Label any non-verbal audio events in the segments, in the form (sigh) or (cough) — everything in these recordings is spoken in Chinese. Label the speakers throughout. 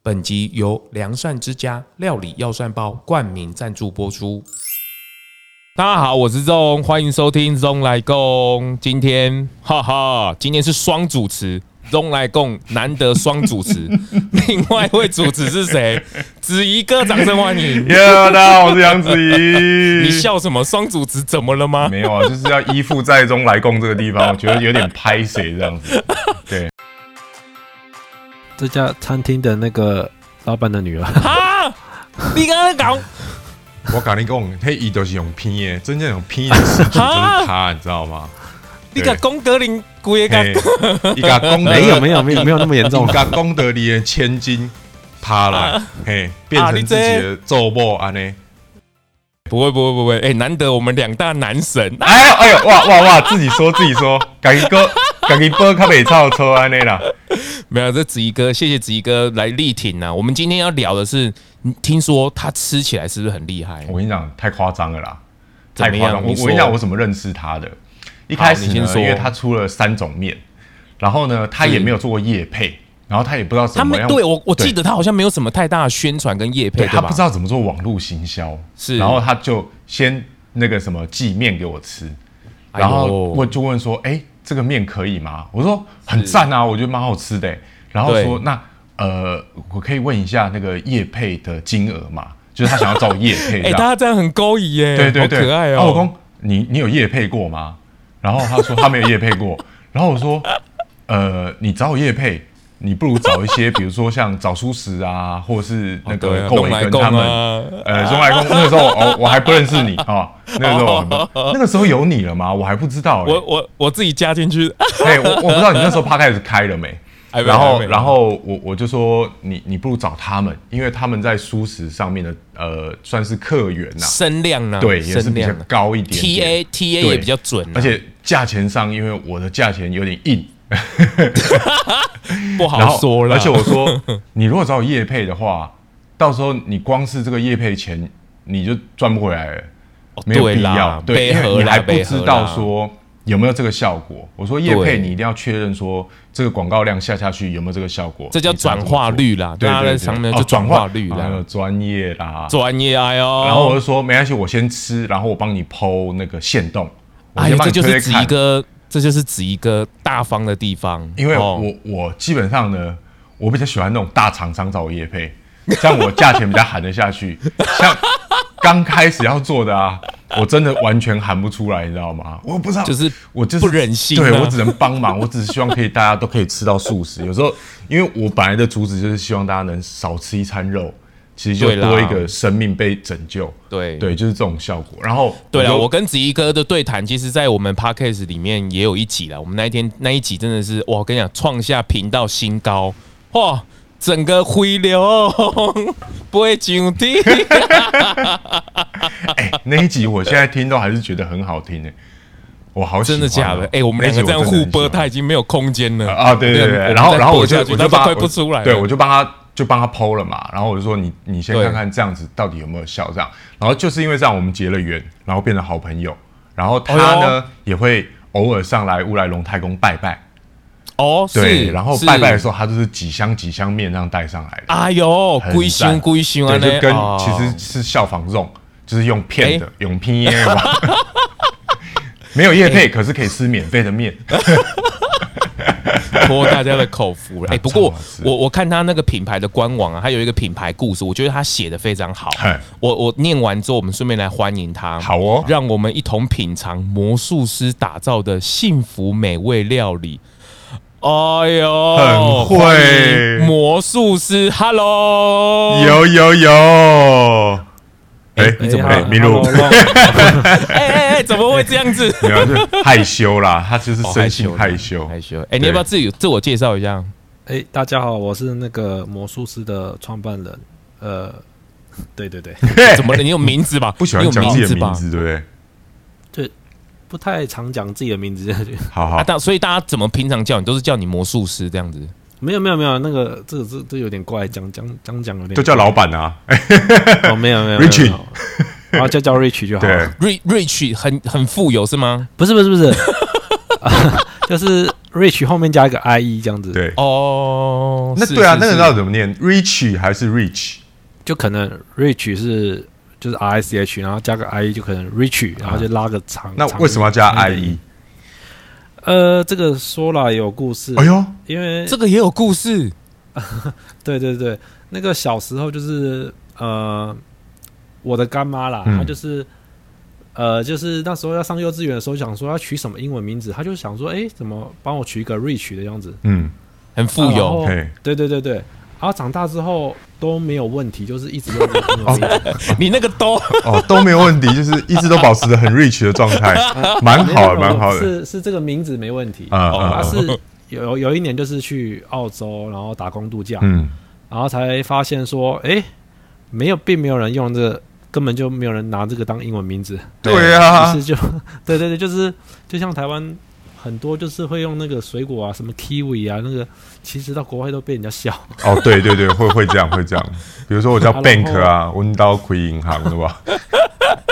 Speaker 1: 本集由良善之家料理药膳包冠名赞助播出。大家好，我是钟，欢迎收听钟来共。今天，哈哈，今天是双主持，钟来共难得双主
Speaker 2: (laughs)
Speaker 1: 持。另外一位主持是谁？子怡哥，掌声欢迎。
Speaker 2: 耶大家好，我是杨子怡。
Speaker 1: 你笑什么？双主持怎么了吗？
Speaker 2: 没有啊？就是要依附在中来共这个地方，我觉得有点拍谁这样子。对，
Speaker 3: 这家餐厅的那个老板的女
Speaker 1: (laughs)
Speaker 3: 儿，
Speaker 1: 啊！你刚刚搞
Speaker 2: 我跟你讲，嘿，伊就是用拼的，真正用拼的始祖就是他，你知道
Speaker 1: (laughs)
Speaker 2: 吗？
Speaker 1: 你个功德林鬼个
Speaker 2: 嘿，一个功德
Speaker 3: 没有没有没有没有那
Speaker 2: (laughs)
Speaker 3: 么严重
Speaker 2: 一，个功德里的千金，他啦，嘿，变成自己的咒报安呢。
Speaker 1: 不会不会不会，哎、难得我们两大男神，啊
Speaker 2: 哎呦哎呦，哇哇哇，自己说自己说，赶紧哥，赶紧播卡北操车安呢啦。
Speaker 1: 没有这子怡哥，谢谢子怡哥来力挺啊。我们今天要聊的是，你听说他吃起来是不是很厉害？
Speaker 2: 我跟你讲，太夸张了啦，
Speaker 1: 怎
Speaker 2: 太
Speaker 1: 么
Speaker 2: 夸
Speaker 1: 样
Speaker 2: 张！我
Speaker 1: 你
Speaker 2: 我
Speaker 1: 说
Speaker 2: 跟你讲，我怎么认识他的？一开始
Speaker 1: 好你
Speaker 2: 呢
Speaker 1: 先，说
Speaker 2: 因为他出了三种面，然后呢，他也没有做过业配，然后他也不知道怎
Speaker 1: 他
Speaker 2: 么
Speaker 1: 没
Speaker 2: 样。
Speaker 1: 对我我记
Speaker 2: 对
Speaker 1: 得他好像没有什么太大的宣传跟业配，
Speaker 2: 对
Speaker 1: 对
Speaker 2: 他
Speaker 1: 吧？
Speaker 2: 不知道怎么做网络行销，
Speaker 1: 是
Speaker 2: 然后他就先那个什么寄面给我吃，
Speaker 1: 哎呦
Speaker 2: 然后我就问说，哎、这个面可以吗？我说很赞啊，我觉得蛮好吃的、然后说
Speaker 1: 对
Speaker 2: 那呃，我可以问一下那个业配的金额吗？就是他想要找业配，这
Speaker 1: (laughs) 哎、
Speaker 2: 样。
Speaker 1: 大家这样很勾引耶、
Speaker 2: 对对对，
Speaker 1: 好可爱
Speaker 2: 然后
Speaker 1: 哦、
Speaker 2: 我公，你你有夜配过吗？然后他说他没有夜配
Speaker 1: (laughs)
Speaker 2: 过。然后我说，呃，你找我夜配，你不如找一些， (laughs) 比如说像找舒适啊，或者是那
Speaker 1: 对
Speaker 2: 个
Speaker 1: 啊
Speaker 2: 购伟
Speaker 1: 弄来
Speaker 2: 跟
Speaker 1: 供
Speaker 2: 他们，
Speaker 1: 啊
Speaker 2: 呃，中来公那个时候哦，我还不认识你啊、哦，那个时候我还不那个时候有你了吗？我还不知道、欸， (laughs)
Speaker 1: 我我我自己加进去，啊
Speaker 2: 哎，我我不知道你那时候 p 开始开了没。
Speaker 1: 哎没有
Speaker 2: 然后
Speaker 1: 没，有
Speaker 2: 然后我我就说你你不如找他们，因为他们在舒适上面的呃算是客源呐、
Speaker 1: 声量呢、啊？
Speaker 2: 对，也是
Speaker 1: 声
Speaker 2: 比较
Speaker 1: 量啊、
Speaker 2: 高一点
Speaker 1: T
Speaker 2: 点
Speaker 1: A T A
Speaker 2: 对
Speaker 1: 也比较准、啊，
Speaker 2: 嗯而且价钱上，因为我的价钱有点硬，
Speaker 1: 不
Speaker 2: 然
Speaker 1: 好
Speaker 2: 后
Speaker 1: 说了。
Speaker 2: 而且我
Speaker 1: (laughs)
Speaker 2: 说，你如果找我业配的话，到时候你光是这个业配钱，你就赚不回来了，没有
Speaker 1: 哦对
Speaker 2: 必
Speaker 1: 啦
Speaker 2: 要。对，
Speaker 1: 北
Speaker 2: 因
Speaker 1: 河
Speaker 2: 为你
Speaker 1: 啦
Speaker 2: 还不
Speaker 1: 北河
Speaker 2: 知道
Speaker 1: 啦
Speaker 2: 说有没有这个效果。我说业
Speaker 1: 对
Speaker 2: 配，你一定要确认说这个广告量下下去有没有这个效果，
Speaker 1: 这叫
Speaker 2: 你才能
Speaker 1: 转化
Speaker 2: 做
Speaker 1: 率啦
Speaker 2: 对
Speaker 1: 大家
Speaker 2: 对
Speaker 1: 在
Speaker 2: 对
Speaker 1: 上面
Speaker 2: 哦
Speaker 1: 就
Speaker 2: 转
Speaker 1: 转化率啦
Speaker 2: 啊还有专业啦。
Speaker 1: 专业哎呦，
Speaker 2: 然后我就说没关系，我先吃，然后我帮你剖那个线动，我
Speaker 1: 哎
Speaker 2: 先
Speaker 1: 呦，这
Speaker 2: 帮你
Speaker 1: 就
Speaker 2: 推
Speaker 1: 是
Speaker 2: 推
Speaker 1: 子
Speaker 2: 看
Speaker 1: 怡哥，这就是子怡哥大方的地方。
Speaker 2: 因为我、
Speaker 1: 哦
Speaker 2: 我基本上呢，我比较喜欢那种大厂商找我业配，这样我价钱比较喊得下去。 (laughs) 像刚开始要做的啊，我真的完全喊不出来，你知道吗？我不知道，
Speaker 1: 就是
Speaker 2: 我就是
Speaker 1: 不忍心啊
Speaker 2: 对我只能帮忙，我只是希望可以大家都可以吃到
Speaker 1: (laughs)
Speaker 2: 素食。有时候，因为我本来的主旨就是希望大家能少吃一餐肉，其实就
Speaker 1: 对啦
Speaker 2: 多一个生命被拯救。
Speaker 1: 对
Speaker 2: 对，就是这种效果。然后
Speaker 1: 对
Speaker 2: 了，
Speaker 1: 了，我跟子怡哥的对谈，其实，在我们 podcast 里面也有一集了。我们那一天那一集真的是，哇，我跟你讲，创下频道新高，哇，整个回流 (laughs) 不会上地。
Speaker 2: (laughs) 那一集我现在听都还是觉得很好听诶、欸我好喜
Speaker 1: 真
Speaker 2: 欢哦、
Speaker 1: 的假的？哎、我们两个这样互播，他已经没有空间了
Speaker 2: 啊，对对对，
Speaker 1: 我们
Speaker 2: 对然后
Speaker 1: 再
Speaker 2: 然后我
Speaker 1: 播
Speaker 2: 就
Speaker 1: 下去
Speaker 2: 我
Speaker 1: 他
Speaker 2: 就
Speaker 1: 都
Speaker 2: 帮
Speaker 1: 快不出来了。
Speaker 2: 对我就帮他就帮他剖了嘛，然后我就说你你先
Speaker 1: 对
Speaker 2: 看看这样子到底有没有效这样，然后就是因为这样我们结了缘，然后变成好朋友，然后他
Speaker 1: 哎
Speaker 2: 呢、
Speaker 1: 呦
Speaker 2: 也会偶尔上来乌来龙太公拜拜，
Speaker 1: 哦，
Speaker 2: 对，
Speaker 1: 是，
Speaker 2: 然后
Speaker 1: 是
Speaker 2: 拜拜的时候他就是几箱几箱面这样带上来的，
Speaker 1: 哎呦，
Speaker 2: 很
Speaker 1: 龟
Speaker 2: 赞
Speaker 1: 胸龟胸啊，
Speaker 2: 对，就跟
Speaker 1: 哦
Speaker 2: 其实是效仿用，就是用骗的
Speaker 1: 哎，
Speaker 2: 用拼音嘛。
Speaker 1: (laughs)
Speaker 2: 没有业配，可是可以吃免费的面。
Speaker 1: 托大家的口
Speaker 2: (laughs)
Speaker 1: 福了。哎、不过
Speaker 2: 超好吃
Speaker 1: 我我看他那个品牌的官网啊，他有一个品牌故事，我觉得他写的非常好
Speaker 2: 嗨。
Speaker 1: 我我念完之后，我们顺便来欢迎他。
Speaker 2: 好
Speaker 1: (laughs)
Speaker 2: 哦
Speaker 1: 让我们一同品尝魔术师打造的幸福美味料理。哎呦，
Speaker 2: 很会
Speaker 1: 欢迎魔术师，Hello，
Speaker 2: 有有有，哎，
Speaker 1: 你怎么
Speaker 2: 哎
Speaker 1: 了
Speaker 2: 明如
Speaker 3: Hello，
Speaker 1: 哎哎哎，怎么会这样子？
Speaker 2: (laughs) 没有就害羞啦，他就是
Speaker 1: 哦
Speaker 2: 生性害羞。
Speaker 1: 害羞。哎、你要不要自己自我介绍一下？
Speaker 3: (laughs) 哎，大家好，我是那个魔术师的创办人，呃， (laughs) 对对对， (laughs)
Speaker 1: 怎么了？你有名字吧？
Speaker 2: 哎不喜欢
Speaker 1: 你有
Speaker 2: 讲自己的名
Speaker 1: 吧？
Speaker 2: 字，对不对？
Speaker 3: 不太常讲自己的名字，
Speaker 2: 好
Speaker 1: 啊，
Speaker 2: 好，
Speaker 1: 大所以大家怎么平常叫你都是叫你魔术师这样子？
Speaker 3: (laughs) 没有没有没有，那个这个这这有点怪，讲讲讲讲有点怪，
Speaker 2: 就叫老板啊。
Speaker 3: 哦，没有没有
Speaker 2: Richie
Speaker 3: 没有没有 (laughs) 然后就
Speaker 1: 哦
Speaker 3: 叫 Rich 就好
Speaker 2: 对
Speaker 3: 了，，
Speaker 1: 瑞瑞 i 很很富有是吗？
Speaker 3: 不是不是不是， (laughs) 就是 rich 后面加一个 i e 这样子，，
Speaker 2: 对，
Speaker 1: 哦，
Speaker 2: 那
Speaker 1: 是
Speaker 2: 对啊，
Speaker 1: 是
Speaker 2: 那个
Speaker 1: 是
Speaker 2: 到底怎么念？Rich 还是 Rich？
Speaker 3: 就可能 rich 是就是 r i c h，然后加个 i e 就可能 rich，然后就拉个长。
Speaker 2: 啊那
Speaker 3: 长
Speaker 2: 为什么要加 E？
Speaker 3: 那个
Speaker 2: IE？
Speaker 3: 呃，这个说了有故事，
Speaker 2: 哎呦，
Speaker 3: 因为
Speaker 1: 这个也有故事
Speaker 3: 对对对，那个小时候就是呃，我的干妈啦，
Speaker 2: 嗯
Speaker 3: 她就是呃，就是那时候要上幼稚园的时候，想说要取什么英文名字，她就想说，哎、怎么帮我取一个 Rich 的样子？
Speaker 2: 嗯，
Speaker 1: 很富
Speaker 3: 啊然
Speaker 1: 有
Speaker 3: 后
Speaker 2: 嘿，
Speaker 3: 对对对对，然后长大之后都没有问题，就是一直用这个英文名
Speaker 2: (laughs)
Speaker 3: 字，
Speaker 1: 你那个都
Speaker 2: 哦，都没有问题，就是一直都保持着很 Rich 的状态，蛮哦好的，
Speaker 3: 没有没有
Speaker 2: 蛮好的。
Speaker 3: 是是这个名字没问题，
Speaker 2: 啊
Speaker 1: 哦
Speaker 2: 啊
Speaker 3: 她
Speaker 2: 啊！ (laughs)
Speaker 3: 是有有一年就是去澳洲，然后打工度假，
Speaker 2: 嗯，
Speaker 3: 然后才发现说，哎、没有，并没有人用这个，根本就没有人拿这个当英文名字。
Speaker 2: 对啊
Speaker 3: 于，是就 (laughs) 对对对，就是就像台湾很多就是会用那个水果啊，什么 kiwi 啊，那个其实到国外都被人
Speaker 2: (laughs)
Speaker 3: 家笑。
Speaker 2: 哦，对对对，会会这样，会这样。比如说我叫
Speaker 3: 然后
Speaker 2: Bank 啊，温刀亏银行，对吧？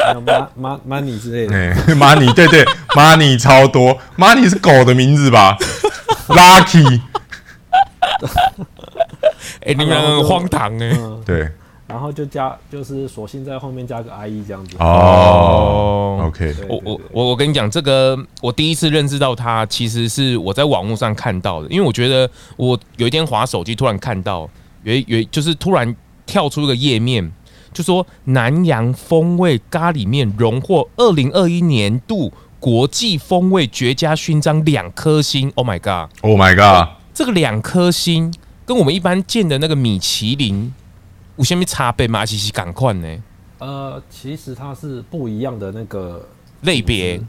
Speaker 3: 还有 mon- mon- money 之类的，
Speaker 2: (laughs) 哎、m o n e y 对对，Money 超多，Money 是狗的名字吧？Lucky，
Speaker 1: 哎，你们两个很荒唐哎
Speaker 3: 嗯，
Speaker 2: 对，
Speaker 3: 然后就加就是索性在后面加个 ie 这样子。
Speaker 2: 哦、o k
Speaker 3: 对
Speaker 1: 我我
Speaker 3: 对对
Speaker 1: 我我跟你讲，这个我第一次认识到他，其实是我在网络上看到的，因为我觉得我有一天滑手机，突然看到有一有一就是突然跳出一个页面，就说南洋风味咖喱面荣获二零二一年度国际风味绝佳勋章两颗星，Oh my god！
Speaker 2: o h my God，
Speaker 1: 这个两颗星跟我们一般见的那个米其林。有下面差别吗？其实赶快呢，
Speaker 3: 呃，其实它是不一样的那个，
Speaker 1: 类别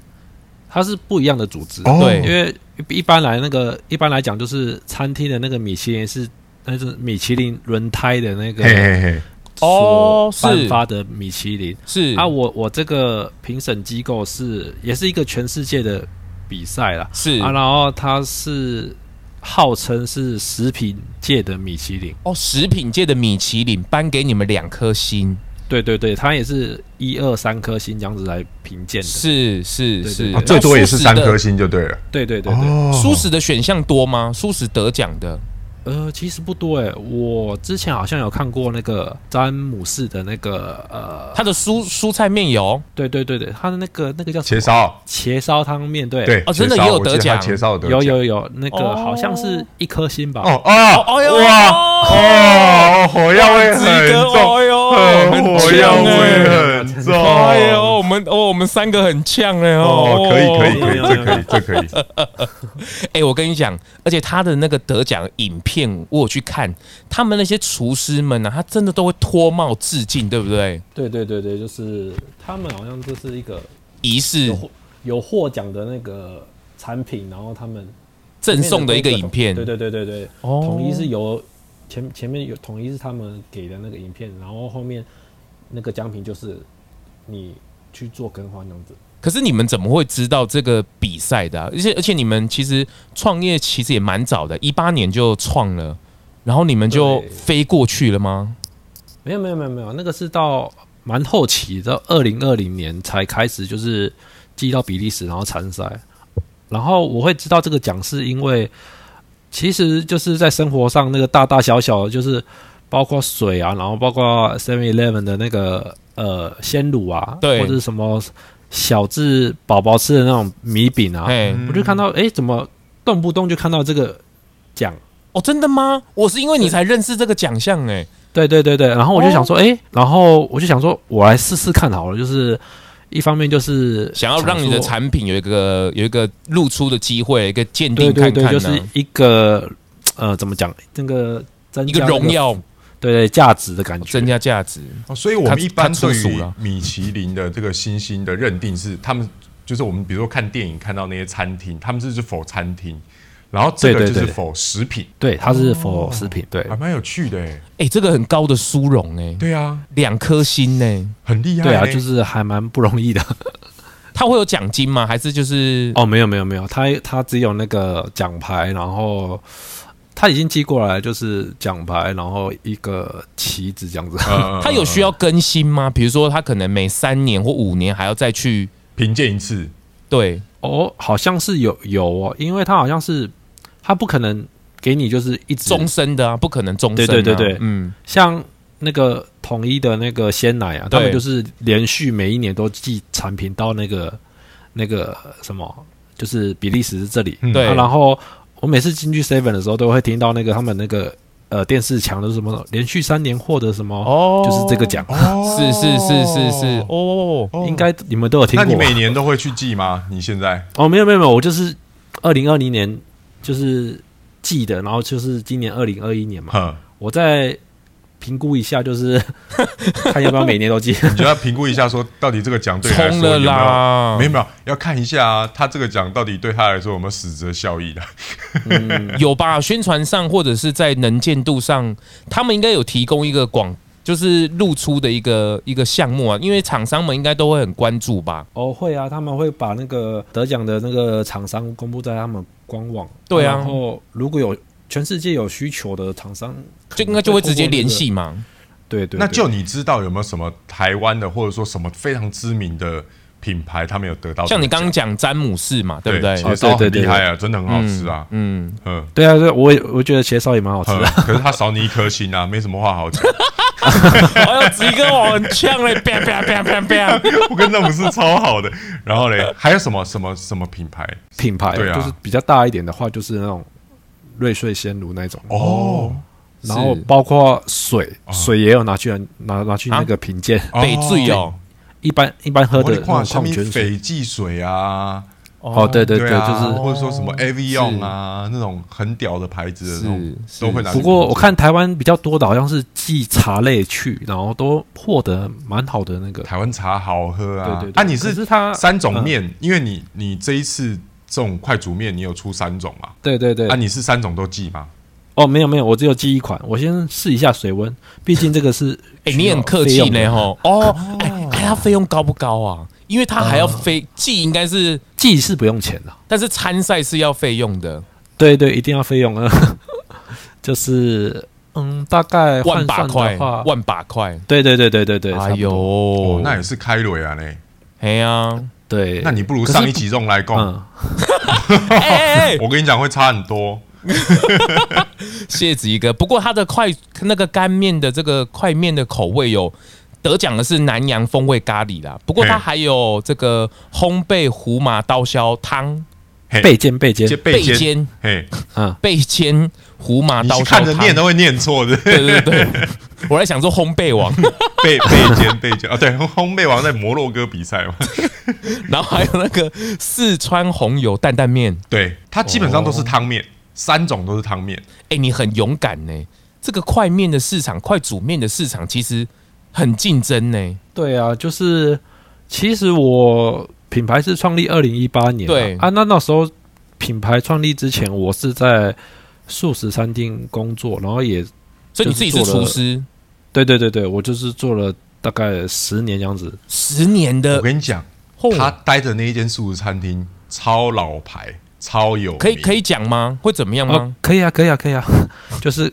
Speaker 3: 它是不一样的组织。
Speaker 2: 哦
Speaker 1: 对
Speaker 3: 因为一般来那个一般来讲，就是餐厅的那个米其林是那是米其林轮胎的那
Speaker 2: 嘿
Speaker 3: 个
Speaker 2: 嘿嘿，
Speaker 1: 哦
Speaker 3: 所颁
Speaker 1: 是
Speaker 3: 发的米其林。
Speaker 1: 是
Speaker 3: 啊，我我这个评审机构是也是一个全世界的比赛啦，
Speaker 1: 是
Speaker 3: 啊，然后它是号称是食品界的米其林，
Speaker 1: 哦，食品界的米其林颁给你们两颗星，
Speaker 3: 对对对，它也是一二三颗星这样子来评鉴的，
Speaker 1: 是是
Speaker 3: 对
Speaker 1: 是
Speaker 3: 对
Speaker 2: 哦，
Speaker 3: 对
Speaker 2: 最多也是三颗星就对了。
Speaker 3: 对对对对，
Speaker 2: 哦
Speaker 1: 素食的选项多吗？素食得奖的
Speaker 3: 呃，其实不多诶，我之前好像有看过那个詹姆士的那个呃，
Speaker 1: 它的蔬蔬菜面有
Speaker 3: 对对对对，他的那个那个叫什
Speaker 2: 茄
Speaker 3: 么
Speaker 2: 烧，
Speaker 3: 茄烧汤面，对
Speaker 2: 对，
Speaker 1: 哦真的
Speaker 2: 茄烧
Speaker 1: 也有
Speaker 2: 我记
Speaker 1: 得奖
Speaker 2: 它茄烧有得奖
Speaker 3: 有有有那个
Speaker 1: 哦
Speaker 3: 好像是一颗星吧，
Speaker 2: 哦哦
Speaker 1: 哦哟
Speaker 2: 哇哦，火药味
Speaker 1: 哇
Speaker 2: 很哎
Speaker 1: 这个
Speaker 2: 重，
Speaker 1: 哎呦
Speaker 2: 呃
Speaker 1: 很
Speaker 2: 火
Speaker 1: 呛
Speaker 2: 药
Speaker 1: 欸
Speaker 2: 味很重，
Speaker 1: 哎呦，我们哦，我们三个很呛哎
Speaker 2: 哦，可以可以
Speaker 3: 哦
Speaker 2: 可以，这可以这可以，
Speaker 3: (laughs)
Speaker 1: 哎、我跟你讲，而且他的那个得奖影片，我有去看，他们那些厨师们呢、啊，他真的都会脱帽致敬，对不对？
Speaker 3: 对对对对，就是他们好像就是一个
Speaker 1: 仪式
Speaker 3: 有获有获奖的那个产品，然后他们
Speaker 1: 赠送的一个影片，
Speaker 3: 对对对对对，
Speaker 1: 哦
Speaker 3: 统一是由前前面有统一是他们给的那个影片，然后后面那个奖品就是你去做更换这样子。
Speaker 1: 可是你们怎么会知道这个比赛的啊、而且而且你们其实创业其实也蛮早的，一八年就创了，然后你们就
Speaker 3: 对
Speaker 1: 飞过去了吗？
Speaker 3: 没有没有没有没有，那个是到蛮后期，到二零二零年才开始就是寄到比利时，然后参赛。然后我会知道这个奖是因为，其实就是在生活上那个大大小小，就是包括水啊，然后包括 Seven Eleven 的那个呃鲜乳啊，
Speaker 1: 对
Speaker 3: 或者是什么小至宝宝吃的那种米饼啊，
Speaker 1: 哎、
Speaker 2: 嗯
Speaker 3: 我就看到诶，怎么动不动就看到这个奖，
Speaker 1: 哦，真的吗？我是因为你才认识这个奖项哎，
Speaker 3: 对对对对，然后我就想说，诶，然后我就想说，我来试试看好了，就是一方面就是
Speaker 1: 想要让你的
Speaker 3: 说
Speaker 1: 产品有一个有一个露出的机会，一个鉴
Speaker 3: 对
Speaker 1: 定
Speaker 3: 对
Speaker 1: 看看啊呢、
Speaker 3: 对，就是一个呃怎么讲，那个增
Speaker 1: 一个
Speaker 3: 加那
Speaker 1: 荣，耀，
Speaker 3: 对对价值的感觉，
Speaker 1: 增加价值。
Speaker 2: 哦所以我们一般
Speaker 1: 它它
Speaker 2: 对
Speaker 1: 出俗
Speaker 2: 于
Speaker 1: 了
Speaker 2: 米其林的这个星星的认定是，他们就是我们比如说看电影看到那些餐厅，他们是是否餐厅，然后这个
Speaker 3: 对对
Speaker 2: 就是
Speaker 3: 对
Speaker 2: 否食品，
Speaker 3: 对，它是否食品，对
Speaker 2: 还蛮有趣的欸。
Speaker 1: 哎、这个很高的殊荣哎，
Speaker 2: 对啊，
Speaker 1: 两颗星哎呢，
Speaker 2: 很厉害欸。
Speaker 3: 对啊，就是还蛮不容易的。 (laughs)
Speaker 1: 它会有奖金吗？还是就是
Speaker 3: 哦，没有没有没有，他他只有那个奖牌，然后他已经寄过来，就是奖牌，然后一个旗子这样子。
Speaker 2: 呃
Speaker 1: 它有需要更新吗？比如说，它可能每三年或五年还要再去
Speaker 2: 评鉴一次，
Speaker 1: 对，
Speaker 3: 哦，好像是有有哦，因为他好像是他不可能给你就是一直
Speaker 1: 终身的啊，不可能终身、啊。
Speaker 3: 对对对对
Speaker 1: 嗯，
Speaker 3: 像那个统一的那个鲜奶啊，他们
Speaker 1: 对
Speaker 3: 就是连续每一年都寄产品到那个那个什么，就是比利时这里。
Speaker 2: 嗯
Speaker 1: 对
Speaker 3: 啊然后我每次进去 Seven 的时候，都会听到那个他们那个呃电视墙的什么连续三年获得什么，
Speaker 1: 哦
Speaker 3: 就是这个奖，
Speaker 2: 哦
Speaker 1: 是是是是是，哦，
Speaker 2: 哦
Speaker 3: 应该你们都有听
Speaker 2: 那
Speaker 3: 过吧。
Speaker 2: 你每年都会去寄吗？你现在
Speaker 3: 哦，没有没有没有，我就是二零二零年就是寄的，然后就是今年二零二一年嘛，
Speaker 2: 哼，
Speaker 3: 我再评估一下，就是
Speaker 1: (laughs)
Speaker 3: 看要不要每年都寄。
Speaker 2: 你就要评估一下，说到底这个奖对你来
Speaker 1: 冲
Speaker 2: 说
Speaker 1: 了
Speaker 2: 有没有？
Speaker 1: 啦，
Speaker 2: 没有没有，要看一下啊，他这个奖到底对他来说有没有实质的效益的？
Speaker 1: 有吧？宣传上或者是在能见度上，他们应该有提供一个广，就是露出的一个一个项目啊，因为厂商们应该都会很关注吧？
Speaker 3: (laughs) 哦，会啊，他们会把那个得奖的那个厂商公布在他们官网。
Speaker 1: 对啊
Speaker 3: 然后如果有全世界有需求的厂商，
Speaker 1: 就应该就会直接联系嘛。
Speaker 3: 对。对对，
Speaker 2: 那就你知道有没有什么台湾的，或者说什么非常知名的品牌，他们有得到这个奖？
Speaker 1: 像你刚刚讲詹姆士嘛，对不对？
Speaker 2: 其实烧
Speaker 3: 哦对
Speaker 2: 很厉
Speaker 3: 对对
Speaker 2: 害啊，真的很好吃啊，
Speaker 1: 嗯，
Speaker 2: 嗯。
Speaker 3: 对啊，对，我也我觉得茄烧也蛮好吃
Speaker 2: 嗯
Speaker 3: 的。
Speaker 2: 可是他少你一颗心啊，没什么话好讲。
Speaker 1: 哎呦，子怡跟我很呛嘞，啪啪啪啪啪。
Speaker 2: 我跟詹姆斯超好的。然后嘞，还有什么什么什么品牌？
Speaker 3: 品牌
Speaker 2: 对啊
Speaker 3: 就是比较大一点的话，就是那种瑞穗鲜乳那一种。
Speaker 2: 哦，
Speaker 3: 然后包括水，水也有拿去拿拿去那个品鉴，
Speaker 1: 翡翠哦，
Speaker 3: 一般一般喝
Speaker 2: 啊我
Speaker 3: 的
Speaker 2: 的
Speaker 3: 那种
Speaker 2: 矿下
Speaker 3: 矿
Speaker 2: 面
Speaker 3: 泉水。
Speaker 2: 斐济水啊，
Speaker 3: 哦，对对对，
Speaker 2: 啊，
Speaker 3: 就是。
Speaker 2: 或者说什么 Avion 啊，那种很屌的牌子的那种，
Speaker 1: 是
Speaker 2: 都会拿去品
Speaker 3: 不
Speaker 2: 鉴。
Speaker 3: 过我看台湾比较多的，好像是寄茶类去，然后都获得蛮好的那个。
Speaker 2: 台湾茶好喝啊，
Speaker 3: 对对对
Speaker 2: 啊，你
Speaker 3: 可是它嗯
Speaker 2: 三种面，因为你你这一次这种快煮面，你有出三种嘛？
Speaker 3: 对对对
Speaker 2: 啊，，你是三种都记吗？
Speaker 3: 哦，没有没有，我只有寄一款，我先试一下水温，毕竟这个是。
Speaker 1: 哎、你很客气
Speaker 3: 啊
Speaker 1: 呢，。吼。哦，哎、哎，它费用高不高啊？因为它还要飞，既应该是，
Speaker 3: 寄是不用钱的。
Speaker 1: 但是参赛是要费用的，
Speaker 3: 对对，一定要费用啊。 (laughs) 就是嗯，大概换
Speaker 1: 万把
Speaker 3: 算
Speaker 1: 块
Speaker 3: 的话，，
Speaker 1: 万把块。
Speaker 3: 对对对对对对，差
Speaker 1: 哎
Speaker 3: 不多
Speaker 1: 呦，
Speaker 2: 哦，那也是开蕊啊嘞。
Speaker 1: 哎呀，
Speaker 3: 对，
Speaker 2: 那你不如上一集用来供，
Speaker 3: 嗯，
Speaker 1: 哎哎哎，
Speaker 2: 我跟你讲会差很多。
Speaker 1: 谢谢子怡哥。不过它的快那个干面的这个快面的口味有得奖的是南洋风味咖喱啦，不过它
Speaker 2: 嘿
Speaker 1: 还有这个烘焙胡麻刀削汤
Speaker 3: 背煎背煎
Speaker 2: 接，背
Speaker 1: 背
Speaker 2: 煎，
Speaker 1: 煎
Speaker 2: 嘿，
Speaker 3: 嗯，
Speaker 1: 背煎胡麻
Speaker 2: 你
Speaker 1: 刀
Speaker 2: 是
Speaker 1: 削
Speaker 2: 看着
Speaker 1: 汤
Speaker 2: 念都哦会念错的， (laughs)
Speaker 1: 对对对，我在想说烘焙王，
Speaker 2: 背背煎背煎啊，对，烘焙王在摩洛哥比赛嘛，
Speaker 1: 然后还有那个四川红油担担面。
Speaker 2: 对，它基本上
Speaker 3: 哦
Speaker 2: 都是汤面，三种都是汤面，
Speaker 1: 哎、你很勇敢呢、这个快面的市场、快煮面的市场其实很竞争呢、
Speaker 3: 对啊，就是其实我品牌是创立二零一八年啊、
Speaker 1: 对
Speaker 3: 啊，那那时候品牌创立之前，我是在素食餐厅工作，然后也
Speaker 1: 所以你自己是
Speaker 3: 就是做
Speaker 1: 厨
Speaker 3: 了
Speaker 1: 师，
Speaker 3: 对对对对，我就是做了大概十年这样子。
Speaker 1: 十年
Speaker 3: 呃
Speaker 1: 的
Speaker 2: 我跟你讲，
Speaker 1: 后，
Speaker 2: 他待的那一间素食餐厅超老牌，超有名，
Speaker 1: 可以可以讲吗？会怎么样
Speaker 3: 哦
Speaker 1: 吗？，
Speaker 3: 可以啊，可以啊，可以啊，就是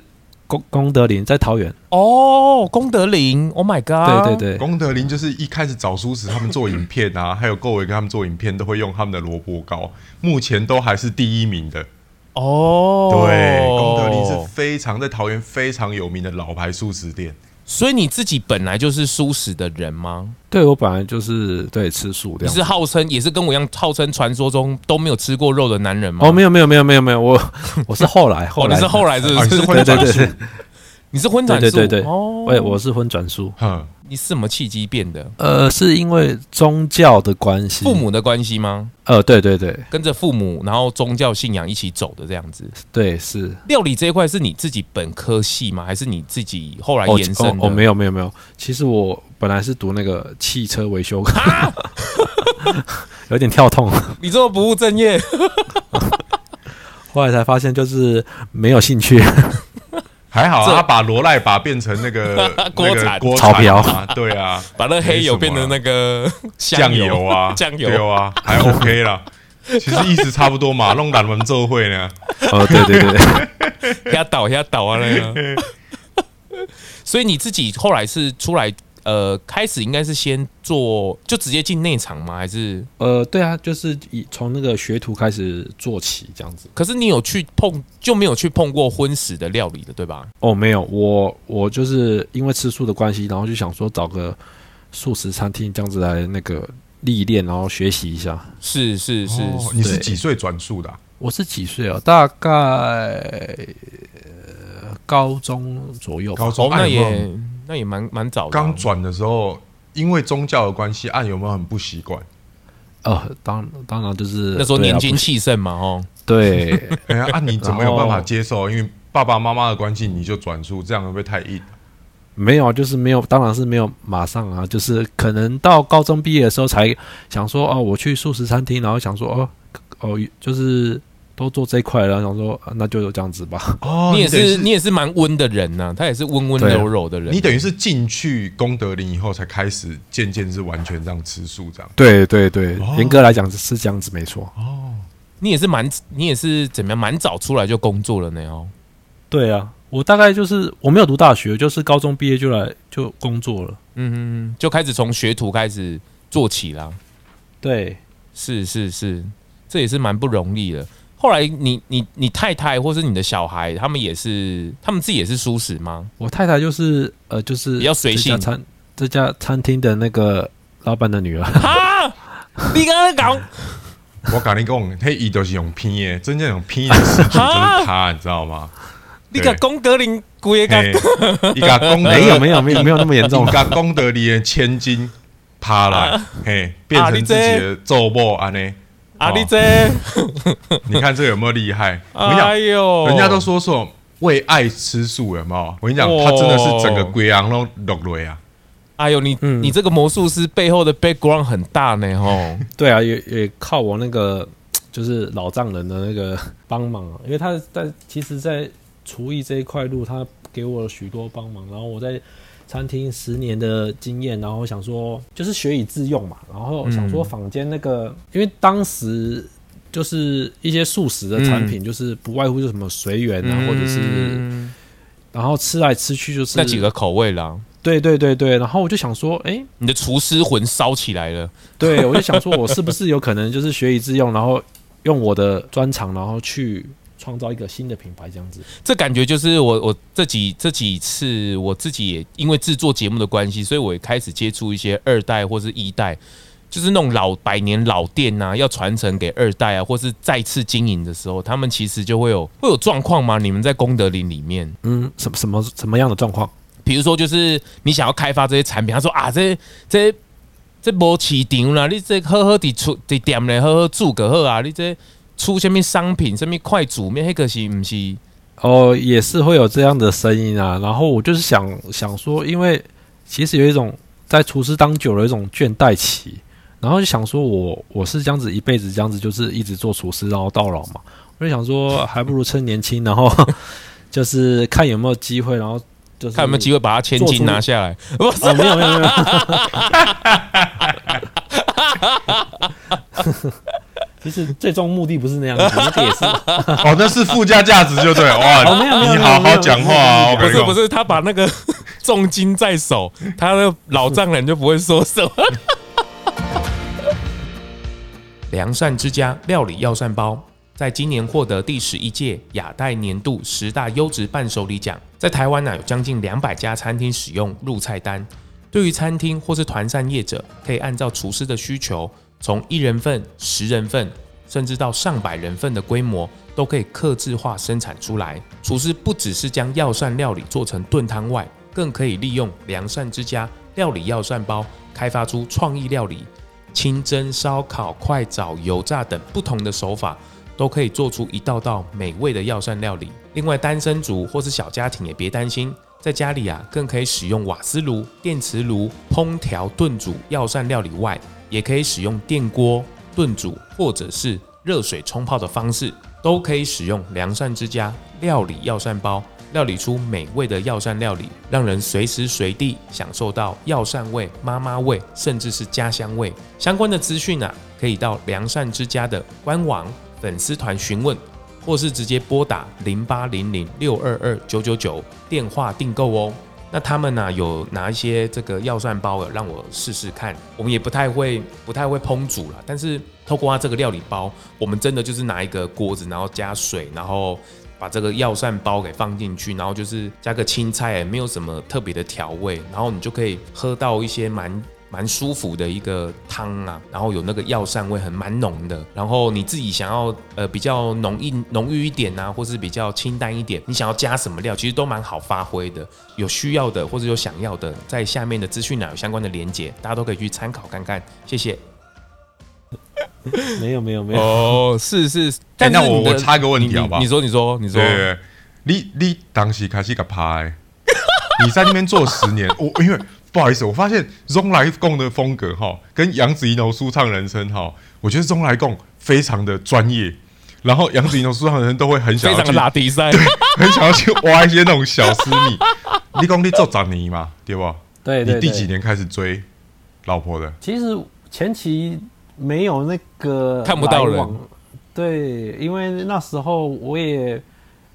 Speaker 3: 功功德林在桃园，
Speaker 1: 哦，功德林，Oh my god！
Speaker 3: 对对对，
Speaker 2: 功德林就是一开始找舒适他们做影片啊，还有购伟跟他们做影片，都会用他们的萝卜糕，目前都还是第一名的。
Speaker 1: 哦，
Speaker 2: 对，功德林是非常在桃园非常有名的老牌素食店。
Speaker 1: 所以你自己本来就是素食的人吗？
Speaker 3: 对我本来就是对啊吃素这
Speaker 1: 你
Speaker 3: 样
Speaker 1: 是
Speaker 3: 子。
Speaker 1: 号称也是跟我一样号称传说中都没有吃过肉的男人吗？
Speaker 3: 哦，没有没有没有没有没有，我我是后来后
Speaker 1: 哦，
Speaker 3: 来
Speaker 1: 你是后来是不
Speaker 2: 啊，你
Speaker 1: 是？
Speaker 2: 是会
Speaker 3: 对对
Speaker 2: 转
Speaker 3: 对
Speaker 2: 素？
Speaker 3: 对
Speaker 1: 你是荤
Speaker 3: 对
Speaker 1: 转
Speaker 3: 对
Speaker 1: 素？
Speaker 3: 对对，
Speaker 1: 哦，
Speaker 3: 喂，我是荤转素。
Speaker 2: 哼，
Speaker 1: 你是什么契机变的？
Speaker 3: 呃，是因为宗教的关系，
Speaker 1: 父母的关系吗？
Speaker 3: 呃，对对对
Speaker 1: 跟着父母，然后宗教信仰一起走的这样子。
Speaker 3: 对是。
Speaker 1: 料理这一块是你自己本科系吗？还是你自己后来
Speaker 3: 哦
Speaker 1: 延伸
Speaker 3: 哦
Speaker 1: 的？
Speaker 3: 哦，没有没有没有，其实我本来是读那个汽车
Speaker 1: (laughs)
Speaker 3: 维修，有点跳痛，
Speaker 1: 你这么不务正业， (laughs)
Speaker 3: 后来才发现就是没有兴
Speaker 1: (laughs)
Speaker 3: 趣。
Speaker 2: 还好
Speaker 1: 这
Speaker 2: 啊，他把罗赖把变成
Speaker 1: (laughs)
Speaker 2: 那个
Speaker 1: 锅
Speaker 2: 那个
Speaker 1: 铲
Speaker 2: 锅
Speaker 3: 炒瓢
Speaker 2: 啊，对啊，
Speaker 1: 把那黑油变成那
Speaker 3: (laughs)
Speaker 1: 个
Speaker 2: 酱
Speaker 1: 香
Speaker 2: 油啊，
Speaker 1: (laughs) 酱油
Speaker 2: 对啊，还 OK 啦。其实意思差不多嘛，弄打们做会呢。
Speaker 3: 哦，对对对， (laughs)
Speaker 1: 压倒压倒啊那个。所以你自己后来是出来呃开始应该是先做，就直接进内场吗？还是？
Speaker 3: 呃，对啊，就是以从那个学徒开始做起这样子。
Speaker 1: 可是你有去碰，就没有去碰过荤食的料理的，对吧？
Speaker 3: 哦，没有，我我就是因为吃素的关系，然后就想说找个素食餐厅这样子来那个历练，然后学习一下。
Speaker 1: 是 (laughs) 是是，
Speaker 2: 哦你是
Speaker 3: 对
Speaker 2: 几岁转述的啊、
Speaker 3: 我是几岁啊？大概、呃高中左右吧。
Speaker 2: 高
Speaker 1: 哦
Speaker 2: 中，，
Speaker 1: 那
Speaker 2: 按有没有
Speaker 1: 也那也蛮蛮早的啊、
Speaker 2: 哎刚转的时候，因为宗教的关系，按有没有很不习惯？
Speaker 3: 呃，当当然就是
Speaker 1: 那时候年轻
Speaker 3: 对啊不
Speaker 1: 气盛嘛，哦，
Speaker 3: 对，
Speaker 2: 哎呀，按你怎么有
Speaker 3: 然后
Speaker 2: 办法接受？因为爸爸妈妈的关系，你就转述，这样会不会太硬？
Speaker 3: 没有，就是没有，当然是没有马上啊，就是可能到高中毕业的时候才想说哦，我去素食餐厅，然后想说哦哦，就是都做这一块了，想说、啊那就这样
Speaker 2: (laughs)
Speaker 3: 子吧。
Speaker 2: 哦
Speaker 1: 你也
Speaker 2: 等于
Speaker 1: 是你也是蛮温的人呐、他也是温温
Speaker 3: 对啊
Speaker 1: 柔柔的人。
Speaker 2: 你等于是进去功德林以后，才开始渐渐是完全这样吃素这样。
Speaker 3: 对对对
Speaker 2: 哦，
Speaker 3: 严格来讲是这样子，没错。
Speaker 2: 哦，
Speaker 1: 你也是蛮你也是怎么样蛮早出来就工作了呢？哦，
Speaker 3: 对啊，我大概就是我没有读大学，就是高中毕业就来就工作了。
Speaker 1: 嗯哼，就开始从学徒开始做起啦。
Speaker 3: 对，
Speaker 1: 是是是，这也是蛮不容易的。后来你你你太太或是你的小孩，他们也是他们自己也是素食
Speaker 3: (laughs)
Speaker 1: 吗？
Speaker 3: 我太太就是呃，就是
Speaker 1: 比较随性
Speaker 3: 这家餐这家餐厅的那个老板的女儿。
Speaker 1: 哈，你刚刚讲
Speaker 2: 我跟你讲，他伊都是用拼耶，真正用拼的始祖就是他，你知道吗？
Speaker 1: 你个功德林姑爷干
Speaker 2: 嘿，一个功德
Speaker 3: (laughs) 没有没有没有没有那么严重
Speaker 2: 一，个功德林的千金趴来，嘿，变成自己的咒报安呢。
Speaker 1: 啊，
Speaker 2: 哦
Speaker 1: 你这，
Speaker 2: 你看这有没有厉害？哦我跟你
Speaker 1: 哎
Speaker 2: 讲，
Speaker 1: 呦，
Speaker 2: 人家都说说为爱吃素，有没有？我跟你讲，
Speaker 1: 哦
Speaker 2: 他真的是整个贵阳都落落啊。
Speaker 1: 哎呦，你、
Speaker 3: 嗯
Speaker 1: 你这个魔术师背后的 background 很大呢，吼，
Speaker 3: (laughs) 对啊，也也靠我那个就是老丈人的那个帮忙啊，因为他在其实，在厨艺这一块路，他给我了许多帮忙。然后我在餐厅十年的经验，然后想说就是学以致用嘛，然后想说坊间那个，因为当时就是一些素食的产品，就是不外乎就什么随缘啊，或者是
Speaker 1: 嗯
Speaker 3: 然后吃来吃去就是
Speaker 1: 那几，个口味啦，
Speaker 3: 对对对对。然后我就想说，哎、
Speaker 1: 你的厨师魂烧起来了，
Speaker 3: 对，我就想说，我是不是有可能就是学以致用，然后用我的专长，然后去创造一个新的品牌这样子？
Speaker 1: 这感觉就是我我这几这几次我自己也因为制作节目的关系，所以我也开始接触一些二代或是一代，就是那种老百年老店呐、要传承给二代啊，或是再次经营的时候，他们其实就会有会有状况吗？你们在功德林里面？
Speaker 3: 嗯，什么什么什么样的状况？
Speaker 1: 比如说，就是你想要开发这些产品，他说啊，这这这无市场啦，你这好好地出地店咧，好好煮个好啊，你这出什么商品，什么快煮面，迄个是唔是？
Speaker 3: 哦，也是会有这样的声音啊。然后我就是想想说，因为其实有一种在厨师当久了，有一种倦怠期。然后就想说我我是这样子一辈子这样子，就是一直做厨师，然后到老嘛。我就想说，还不如趁年轻，然后 (laughs) 就是看有没有机会，然后就是
Speaker 1: 看有没有机会把它千金拿下来？不是
Speaker 3: 啊，没有没有
Speaker 1: (laughs)
Speaker 3: 没有，其实最终目的不是那样子，目的也是 (laughs)
Speaker 2: 哦，那是附加价值就对了
Speaker 3: 哦没有
Speaker 2: 哇！
Speaker 3: 没有
Speaker 2: 你好好讲话啊，我
Speaker 1: 不
Speaker 2: 跟你
Speaker 1: 是
Speaker 2: 讲
Speaker 1: 不，是，他把那个 (laughs) 重金在手，他的老丈人就不会说什么。良善之家料理药膳包，在今年获得第十一届亚太年度十大优质伴手礼奖，在台湾呢、啊有将近两百家餐厅使用入菜单。对于餐厅或是团膳业者，可以按照厨师的需求，从一人份、十人份，甚至到上百人份的规模，都可以客制化生产出来。厨师不只是将药膳料理做成炖汤外，更可以利用良膳之家料理药膳包，开发出创意料理，清蒸、烧烤、快炒、油炸等不同的手法，都可以做出一道道美味的药膳料理。另外，单身族或是小家庭也别担心，在家里啊，更可以使用瓦斯炉、电磁炉烹调炖煮药膳料理外，也可以使用电锅炖煮或者是热水冲泡的方式，都可以使用良膳之家料理药膳包。料理出美味的药膳料理，让人随时随地享受到药膳味、妈妈味，甚至是家乡味。相关的资讯啊，可以到良膳之家的官网、粉丝团询问，或是直接拨打零八零零六二二九九九电话订购哦。那他们呢、有拿一些这个药膳包让我试试看，我们也不太会不太会烹煮啦，但是透过它这个料理包，我们真的就是拿一个锅子，然后加水，然后把这个药膳包给放进去，然后就是加个青菜，也没有什么特别的调味，然后你就可以喝到一些蛮。蛮舒服的一个汤啊，然后有那个药膳味很蛮浓的，然后你自己想要呃比较浓郁浓郁一点啊，或是比较清淡一点，你想要加什么料，其实都蛮好发挥的。有需要的或者有想要的，在下面的资讯栏有相关的连接，大家都可以去参考看看。谢谢。
Speaker 3: 没有没有没有，
Speaker 1: 哦，是是，但是
Speaker 2: 哎那我
Speaker 1: 你的
Speaker 2: 我插个问题
Speaker 1: 你你
Speaker 2: 好不好
Speaker 1: 你说你说你说
Speaker 2: 对，对，对你你当时开始个拍，你在那边做十年，我因为不好意思，我发现中来共的风格哈，跟杨子怡农舒畅人生哈，我觉得中来共非常的专业，然后杨子怡农舒畅人生都会很想
Speaker 1: 非
Speaker 2: 要
Speaker 1: 常
Speaker 2: 去
Speaker 1: 的拉低赛，
Speaker 2: (laughs) 很想要去挖一些那种小私密。你讲你做长泥嘛，对不？
Speaker 3: 对对
Speaker 2: 你
Speaker 3: 对
Speaker 2: 第几年开始追老婆的？
Speaker 3: 其实前期没有那个
Speaker 1: 看不到人
Speaker 3: 来往，对，因为那时候我也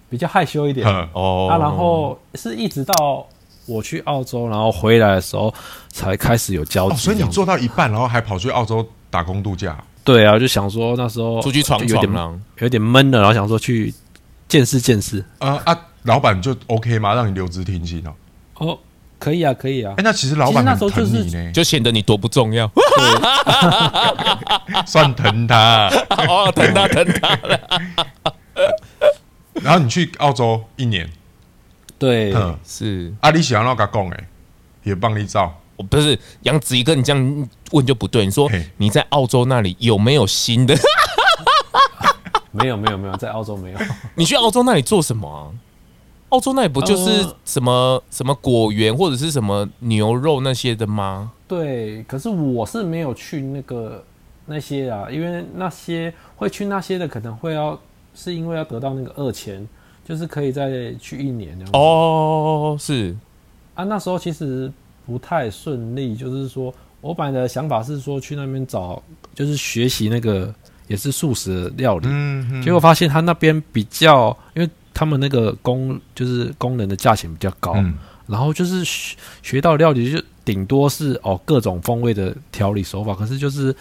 Speaker 3: 比较害羞
Speaker 2: (laughs)
Speaker 3: 一点，
Speaker 2: 哼，
Speaker 1: (laughs) 哦
Speaker 3: 啊，然后是一直到我去澳洲，然后回来的时候才开始有交集、
Speaker 2: 哦，所以你做到一半，然后还跑去澳洲打工度假，
Speaker 3: 对啊，就想说那时候
Speaker 1: 出去闯
Speaker 3: 就有
Speaker 1: 闯
Speaker 3: 点
Speaker 1: 啦。
Speaker 3: 有点闷了，然后想说去见识见识。
Speaker 2: 呃啊，老板就 OK 吗？让你留职停薪哦。
Speaker 3: 哦，可以啊，可以啊
Speaker 2: 哎、。那其实老板
Speaker 3: 其实那时
Speaker 2: 很
Speaker 3: 候
Speaker 2: 疼
Speaker 3: 就是
Speaker 2: 你呢，
Speaker 1: 就显得你多不重要 (laughs)
Speaker 2: (laughs) 算疼他。 (laughs)
Speaker 1: 哦，疼他疼他了。
Speaker 2: 然后你去澳洲一年，
Speaker 3: 对，
Speaker 2: 嗯，
Speaker 1: 是
Speaker 2: 啊，你喜欢那个讲哎，也帮你照。
Speaker 1: 我不是杨子怡跟你这样问就不对。你说
Speaker 2: 嘿
Speaker 1: 你在澳洲那里有没有新的？ (laughs)
Speaker 3: 没有没有没有，在澳洲没有。
Speaker 1: 你去澳洲那里做什么啊？澳洲那里不就是
Speaker 3: 呃
Speaker 1: 什么什么果园或者是什么牛肉那些的吗？
Speaker 3: 对，可是我是没有去那个那些啊，因为那些会去那些的，可能会要是因为要得到那个二钱，就是可以再去一年这样子。
Speaker 1: 哦，是
Speaker 3: 啊，那时候其实不太顺利，就是说我本来的想法是说去那边找，就是学习那个也是素食的料理，
Speaker 2: 嗯，
Speaker 3: 结果发现他那边比较，因为他们那个工就是工人的价钱比较高，
Speaker 2: 嗯，
Speaker 3: 然后就是学学到料理就顶多是哦各种风味的调理手法，可是就是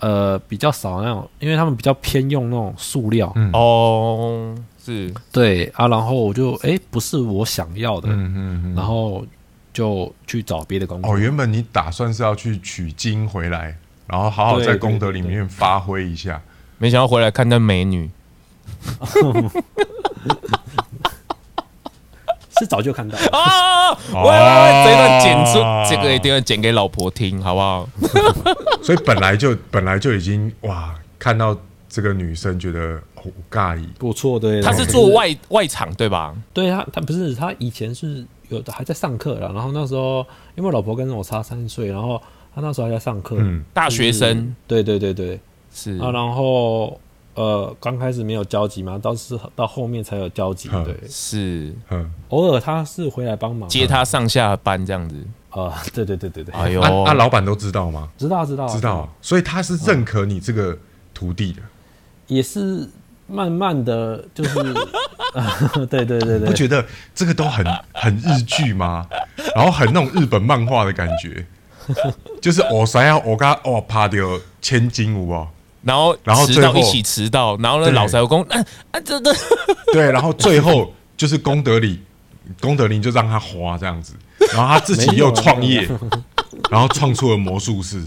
Speaker 3: 呃比较少那种，因为他们比较偏用那种塑料，
Speaker 2: 嗯
Speaker 1: 哦，是
Speaker 3: 对啊，然后我就哎不是我想要的，
Speaker 2: 嗯嗯嗯。
Speaker 3: 然后就去找别的工作。
Speaker 2: 哦，原本你打算是要去取经回来，然后好好在
Speaker 3: 对对
Speaker 2: 功德里
Speaker 3: 对
Speaker 2: 面发挥一下。
Speaker 1: 没想到回来看到美女，
Speaker 3: 是早就看到了，
Speaker 2: 哦
Speaker 1: 啊！喂喂喂，这一段剪出，这个一定要剪给老婆听，好不好？
Speaker 2: 所以本来就本来就已经哇，看到这个女生觉得好尬意，
Speaker 3: 不错的。
Speaker 1: 她是做，外外场对吧？
Speaker 3: 对他，他不是他以前是有还在上课了，然后那时候因为我老婆跟我差三岁，然后他那时候还在上课，
Speaker 2: 嗯，
Speaker 1: 大学生
Speaker 3: 对对对对，
Speaker 1: 是
Speaker 3: 啊，然后呃，刚开始没有交集嘛，到是到后面才有交集，
Speaker 2: 嗯
Speaker 3: 对，
Speaker 1: 是
Speaker 2: 嗯，
Speaker 3: 偶尔他是回来帮忙
Speaker 1: 接他上下班这样子。
Speaker 3: 啊，对对对对对，
Speaker 1: 哎呦，
Speaker 2: 啊啊，老板都知道吗？
Speaker 3: 知道知道
Speaker 2: 知，道，啊所以他是认可你这个徒弟的，
Speaker 3: 也是慢慢的就是，
Speaker 2: (laughs)
Speaker 3: (laughs) 对对对
Speaker 2: 不
Speaker 3: 对，
Speaker 2: 觉得这个都很很日剧吗？然后很那种日本漫画的感觉，就是我谁要我刚哦趴掉千金舞哦，
Speaker 1: 然后
Speaker 2: 然后
Speaker 1: 迟
Speaker 2: 最
Speaker 1: 到
Speaker 2: 后
Speaker 1: 一起迟到，然后呢
Speaker 2: 对
Speaker 1: 老财有公，啊啊这 (laughs) 这
Speaker 2: 对，然后最后 (laughs) 就是功德里，功德林就让他花这样子，然后他自己又创业，然后创出了魔术师，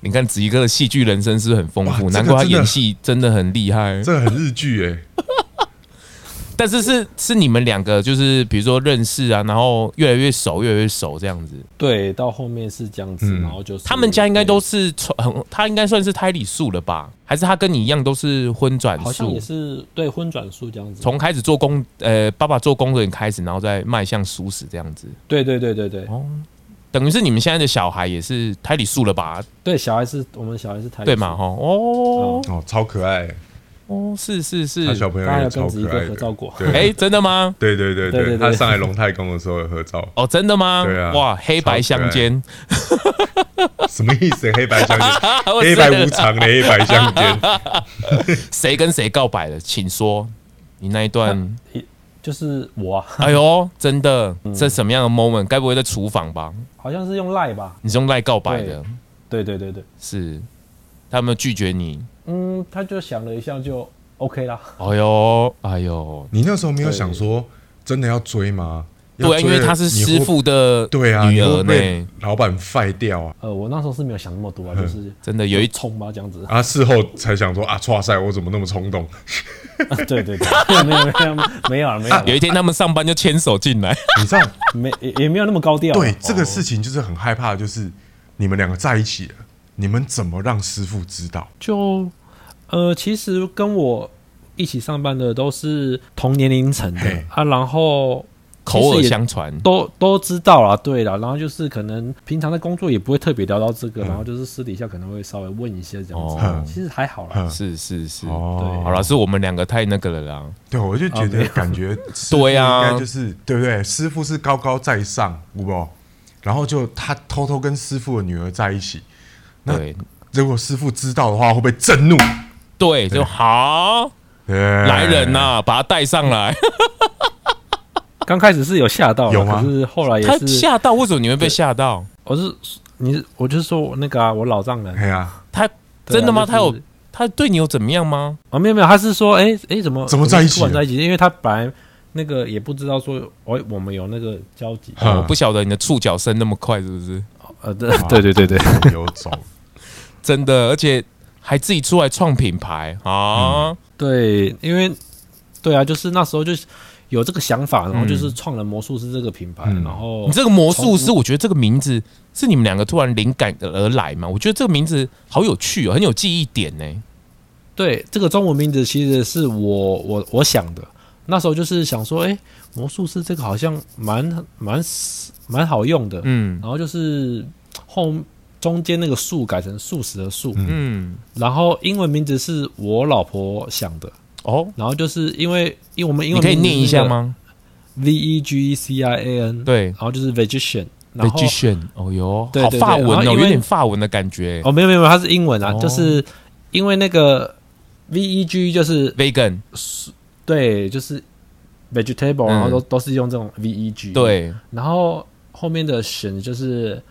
Speaker 1: 你看子怡哥的戏剧人生是不是很丰富，
Speaker 2: 哇这个
Speaker 1: 难怪他
Speaker 2: 真的
Speaker 1: 演戏真的很厉害。
Speaker 2: 这个很日剧哎、
Speaker 1: 但是是是你们两个就是比如说认识啊，然后越来越熟，越来越熟这样子。
Speaker 3: 对，到后面是这样子，
Speaker 2: 嗯
Speaker 3: 然后就是
Speaker 1: 他们家应该都是从很，他应该算是胎里素了吧？还是他跟你一样都是荤转
Speaker 3: 好像
Speaker 1: 素
Speaker 3: 也？是对荤转素这样子，
Speaker 1: 从开始做工，呃，爸爸做工人开始，然后再迈向素食这样子，
Speaker 3: 对对对对对
Speaker 1: 等于是你们现在的小孩也是胎里素了吧？
Speaker 3: 对，小孩是我们小孩是台嗯
Speaker 1: 对嘛？哈，哦
Speaker 2: 哦，超可爱、
Speaker 1: 哦，是是是
Speaker 2: 他，小朋友
Speaker 3: 刚才
Speaker 2: 也
Speaker 3: 有
Speaker 2: 超
Speaker 3: 跟子怡
Speaker 2: 可
Speaker 3: 哥
Speaker 2: 爱
Speaker 3: 合
Speaker 2: 的。
Speaker 3: 照过，
Speaker 1: (laughs) 哎，真的吗？
Speaker 2: 对对对
Speaker 3: 对对对
Speaker 2: 他上来龙太宫的时候有合照
Speaker 1: (laughs) ，哦，真的吗？
Speaker 2: 对啊
Speaker 1: 哇，黑白相间，
Speaker 2: 什么意思？黑白
Speaker 1: (laughs)
Speaker 2: 相间，
Speaker 1: 我
Speaker 2: 黑白
Speaker 1: 真的
Speaker 2: 无常的黑白
Speaker 1: (laughs)
Speaker 2: 相间。
Speaker 1: 谁跟谁告白了？请说，你那一段
Speaker 3: 就是我啊，
Speaker 1: (laughs)
Speaker 3: 嗯
Speaker 1: 哎呦，真的，这什么样的 moment？该不会在厨房吧？
Speaker 3: 好像是用赖吧？
Speaker 1: 你是用赖告白的，
Speaker 3: 对对对对，
Speaker 1: 是他有没有拒绝你？
Speaker 3: 嗯，他就想了一下就 OK 啦。
Speaker 1: 哎呦，哎呦，
Speaker 2: 你那时候没有想说真的要追吗？要
Speaker 1: 对啊，因
Speaker 2: 追
Speaker 1: 为
Speaker 2: 了
Speaker 1: 她是
Speaker 2: 你
Speaker 1: 师
Speaker 2: 会
Speaker 1: 傅的
Speaker 2: 对啊，
Speaker 1: 女
Speaker 2: 你会
Speaker 1: 儿
Speaker 2: 被
Speaker 1: 呢，
Speaker 2: 老板废掉啊
Speaker 3: 呃，我那时候是没有想那么多啊，就是
Speaker 1: 真的有一
Speaker 3: 冲吧这样子。
Speaker 2: 嗯啊！事后才想说啊，哇塞，我怎么那么
Speaker 1: (laughs)
Speaker 2: 冲动？
Speaker 3: (laughs) 对对对，没有没有没有啊没有啊
Speaker 1: 有一天他们上班就牵手进
Speaker 3: (laughs)
Speaker 1: 来，
Speaker 2: 你知道，
Speaker 3: 没也也没有那么高调啊。
Speaker 2: 对这个事情就是很害怕，就是你们两个在一起了，你们怎么让师傅知道？
Speaker 3: 就呃，其实跟我一起上班的都是同年龄层的
Speaker 2: 嘿
Speaker 3: 啊，然后
Speaker 1: 口耳
Speaker 3: 其实也
Speaker 1: 相传。
Speaker 3: 都都知道啦，对啦，然后就是可能平常在工作也不会特别聊到这个，
Speaker 2: 嗯
Speaker 3: 然后就是私底下可能会稍微问一些这样子，
Speaker 1: 哦，
Speaker 3: 其实还好啦。
Speaker 2: 嗯
Speaker 1: 是是是，
Speaker 2: 哦
Speaker 1: 好了，是我们两个太那个了啦。
Speaker 2: 对，我就觉
Speaker 3: 啊没
Speaker 2: 得
Speaker 3: 有
Speaker 2: 感觉师傅
Speaker 1: 对啊
Speaker 2: 应该就是对不对？师傅是高高在上，有没有然后就他偷偷跟师傅的女儿在一起，那
Speaker 1: 对
Speaker 2: 如果师傅知道的话，会不会震怒？哎
Speaker 1: 对，就好来
Speaker 3: 哎
Speaker 2: 来
Speaker 1: 人呐，把他带上来。
Speaker 3: 刚开始是有吓到啦，
Speaker 2: 有吗
Speaker 3: 可是后来
Speaker 1: 他
Speaker 3: 也是，
Speaker 1: 吓到，为什么你会被吓到？
Speaker 3: 我是你，我就是说我那个啊，我老丈人
Speaker 2: 哎，呀，
Speaker 1: 他
Speaker 3: 对啊
Speaker 1: 真的吗？
Speaker 3: 就是
Speaker 1: 他有他对你有怎么样吗？
Speaker 3: 哦，没有没有，他是说，哎、哎、怎么
Speaker 2: 怎么在一起啊
Speaker 3: 突然
Speaker 2: 了
Speaker 3: 在一起？因为他本来那个也不知道说，我、我们有那个交集，
Speaker 2: 哼
Speaker 1: 哦我不晓得你的触角伸那么快，是不是？
Speaker 3: 呃，对对对对对，
Speaker 2: 有种，
Speaker 1: 真的，而且还自己出来创品牌
Speaker 3: 嗯
Speaker 1: 啊！
Speaker 3: 对，因为对啊，就是那时候就是有这个想法，然后就是创了魔术师这个品牌，
Speaker 2: 嗯
Speaker 3: 然后
Speaker 1: 你这个魔术师，我觉得这个名字是你们两个突然灵感而来嘛？我觉得这个名字好有趣哦，很有记忆点呢。
Speaker 3: 对这个中文名字其实是我我我想的，那时候就是想说，哎、魔术师这个好像蛮蛮蛮好用的，
Speaker 1: 嗯
Speaker 3: 然后就是后中间那个树改成素食的素，
Speaker 2: 嗯
Speaker 1: 嗯，
Speaker 3: 然后英文名字是我老婆想的。
Speaker 1: 哦，
Speaker 3: 然后就是因为因为我们英
Speaker 1: 你
Speaker 3: 文
Speaker 1: 可以
Speaker 3: 名字
Speaker 1: 念一下吗？
Speaker 3: ？V E G E C I A N，，
Speaker 1: 对
Speaker 3: 然后就是 vegetarian，然后
Speaker 1: ，Magician，哦哟，
Speaker 3: 对
Speaker 1: 好
Speaker 3: 对对
Speaker 1: 法文
Speaker 3: 然
Speaker 1: 哦，
Speaker 3: 后因
Speaker 1: 有
Speaker 3: 为
Speaker 1: 点法文的感觉。
Speaker 3: 哦没有没有，没有它是英文啊，
Speaker 1: 哦
Speaker 3: 就是因为那个 V E G 就是
Speaker 1: Vegan，
Speaker 3: 对，就是 vegetable，
Speaker 1: 嗯
Speaker 3: 然后都、都是用这种 V E G，，
Speaker 1: 对，
Speaker 3: 然后后面的选就是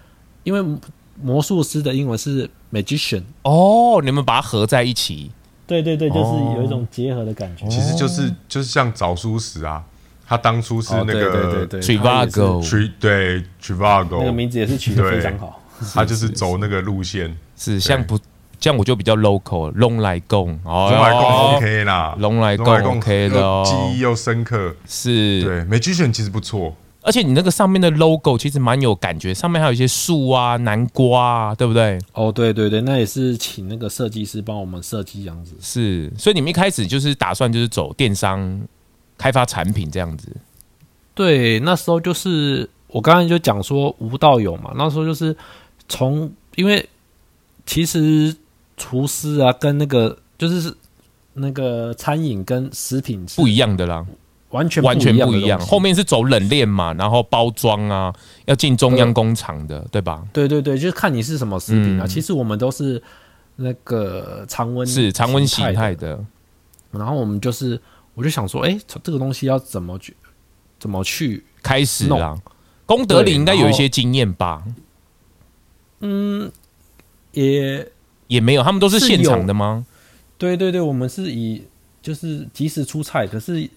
Speaker 3: 因为魔术师的英文是 magician，
Speaker 1: 哦，你们把它合在一起，
Speaker 3: 对对对，
Speaker 1: 就是有一种
Speaker 3: 结合的感觉。
Speaker 2: 其实就是就是像早书时啊，他当初是
Speaker 3: 哦
Speaker 2: 那
Speaker 3: 对对对
Speaker 2: 个
Speaker 3: 对
Speaker 1: t r i v
Speaker 3: 它
Speaker 1: a
Speaker 3: 也是
Speaker 1: g o
Speaker 2: 去对 Trivago，
Speaker 3: 那个名字也是取得非常好。
Speaker 2: 他就是走那个路线，
Speaker 1: 是像不像我就比较 local，龙来贡，哦
Speaker 2: 龙来共 OK 啦，
Speaker 1: 龙来共
Speaker 2: 龙共
Speaker 1: OK 的哦
Speaker 2: 又记忆又深刻。
Speaker 1: 是，
Speaker 2: 对，Magician 其实不错，
Speaker 1: 而且你那个上面的 logo 其实蛮有感觉，上面还有一些树啊、南瓜啊，对不对？
Speaker 3: 哦，对对对，那也是请那个设计师帮我们设计这样子。
Speaker 1: 是，所以你们一开始就是打算就是走电商开发产品这样子，
Speaker 3: 对，那时候就是我刚才就讲说无到有嘛，那时候就是从因为其实厨师啊跟那个就是那个餐饮跟食品是
Speaker 1: 不一样的啦，
Speaker 3: 完全
Speaker 1: 完全
Speaker 3: 不
Speaker 1: 不一
Speaker 3: 一
Speaker 1: 样。
Speaker 3: 样的东西。
Speaker 1: 后面是走冷链嘛，然后包装啊，要进中央工厂的，对吧？
Speaker 3: 对对对，就是看你是什么食品啊。
Speaker 1: 嗯
Speaker 3: 其实我们都是那个常温
Speaker 1: 是常温形
Speaker 3: 嗯
Speaker 1: 态
Speaker 3: 形态
Speaker 1: 的，
Speaker 3: 然后我们就是我就想说，哎，这个东西要怎么去怎么去？
Speaker 1: 开始
Speaker 3: 弄
Speaker 1: 啦。功德里
Speaker 3: 对
Speaker 1: 应该有
Speaker 3: 然
Speaker 1: 一
Speaker 3: 后
Speaker 1: 些经验吧？
Speaker 3: 也
Speaker 1: 也没有，他们都是
Speaker 3: 是
Speaker 1: 现
Speaker 3: 有
Speaker 1: 场的吗？
Speaker 3: 对对对，我们是以就是及时出菜，可是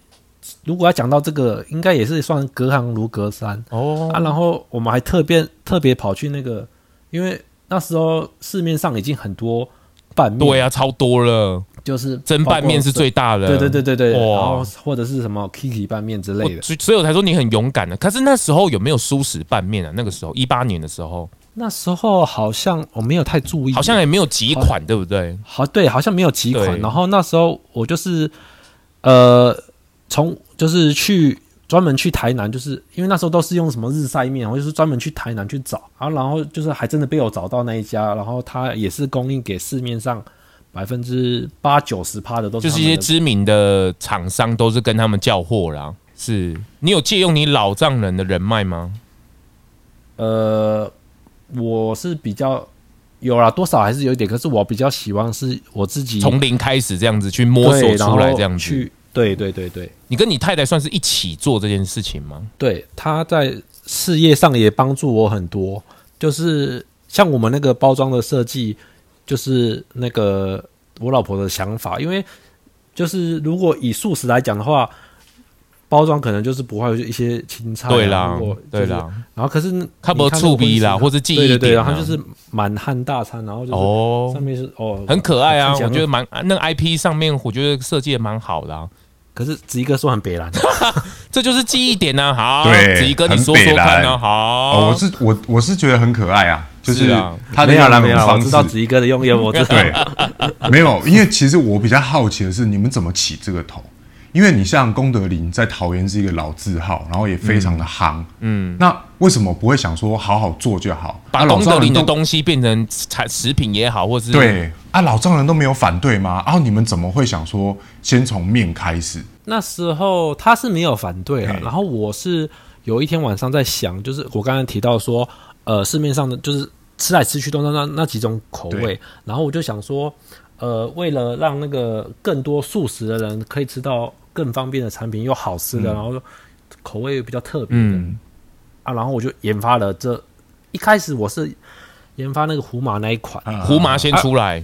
Speaker 3: 如果要讲到这个，应该也是算隔行如隔山、
Speaker 1: 哦
Speaker 3: 啊。然后我们还特别特别跑去那个，因为那时候市面上已经很多拌面，
Speaker 1: 对啊，超多了，
Speaker 3: 就是
Speaker 1: 蒸
Speaker 3: 包括
Speaker 1: 拌面是最大的。
Speaker 3: 对对对对对，
Speaker 1: 哇
Speaker 3: 然后或者是什么 Kiki 拌面之类
Speaker 1: 我
Speaker 3: 的。
Speaker 1: 所以所以我才说你很勇敢的、啊可是那时候有没有素食拌面啊？那个时候一八年的时候，
Speaker 3: 那时候好像我没有太注意，
Speaker 1: 好像也没有几款，对不对？
Speaker 3: 好对，好像没有几
Speaker 1: 对
Speaker 3: 款。然后那时候我就是呃，从就是去专门去台南，就是因为那时候都是用什么日晒面，我就是专门去台南去找啊，然后就是还真的被我找到那一家，然后它也是供应给市面上百分之八九十趴的都
Speaker 1: 就是
Speaker 3: 他
Speaker 1: 一
Speaker 3: 们
Speaker 1: 些
Speaker 3: 的
Speaker 1: 知名的厂商都是跟他们叫货啦。是你有借用你老丈人的人脉吗？
Speaker 3: 嗯呃，我是比较有啦，多少还是有一点，可是我比较喜欢是我自己
Speaker 1: 从零开始这样子去摸索
Speaker 3: 对然
Speaker 1: 出来，
Speaker 3: 后
Speaker 1: 这样子
Speaker 3: 去对对对对
Speaker 1: 你跟你太太算是一起做这件事情吗？
Speaker 3: 对，他在事业上也帮助我很多，就是像我们那个包装的设计，就是那个我老婆的想法，因为就是如果以素食来讲的话。包装可能就是不会有一些青菜、啊，
Speaker 1: 对啦
Speaker 3: 如果，就
Speaker 1: 对
Speaker 3: 是
Speaker 1: 啦，
Speaker 3: 然后可是
Speaker 1: 看不
Speaker 3: 你
Speaker 1: 到
Speaker 3: 那个
Speaker 1: 触鼻啦
Speaker 3: 荤食
Speaker 1: 或是记忆
Speaker 3: 对对对，
Speaker 1: 点
Speaker 3: 然后
Speaker 1: 啊
Speaker 3: 就是满汉大餐，然后就是、
Speaker 1: 哦
Speaker 3: 上，面是哦
Speaker 1: 很可爱啊，
Speaker 3: 听起来
Speaker 1: 我
Speaker 3: 很
Speaker 1: 觉得蛮那个 IP 上面，我觉得设计也蛮好的啊。
Speaker 3: 可是子怡哥说很
Speaker 1: (laughs)
Speaker 3: 北蓝，
Speaker 1: 这就是记忆点呐、啊，好，
Speaker 2: 对
Speaker 1: 子怡哥你说说看呢、啊，好，
Speaker 2: 哦，我是我我是觉得很可爱啊，就是是
Speaker 1: 啊
Speaker 2: 他的
Speaker 3: 没有
Speaker 2: 那
Speaker 3: 了没
Speaker 2: 种
Speaker 3: 有啦，我
Speaker 2: 方
Speaker 3: 知道
Speaker 2: 式，
Speaker 3: 子怡哥的用意，我知道。
Speaker 2: (laughs) 对，没有，因为其实我比较好奇的是，你们怎么起这个头？因为你像功德林在桃园是一个老字号，然后也非常的夯，嗯，那为什么不会想说好好做就好？啊，
Speaker 1: 把
Speaker 2: 老
Speaker 1: 功德
Speaker 2: 丈
Speaker 1: 林
Speaker 2: 人
Speaker 1: 的
Speaker 2: 都
Speaker 1: 东西变成产食品也好，或是，
Speaker 2: 对啊，老丈人都没有反对吗？然、后你们怎么会想说先从面开始？
Speaker 3: 那时候他是没有反对了
Speaker 2: 嘿，
Speaker 3: 然后我是有一天晚上在想，就是我刚才提到说，呃，市面上的就是吃来吃去都那那那几种口味
Speaker 2: 对，
Speaker 3: 然后我就想说，呃，为了让那个更多素食的人可以吃到更方便的产品，又好吃
Speaker 2: 嗯
Speaker 3: 的，然后口味比较特别的、
Speaker 1: 嗯，
Speaker 3: 啊，然后我就研发了这一开始我是研发那个胡麻那一款，
Speaker 2: 啊
Speaker 1: 胡麻先出来，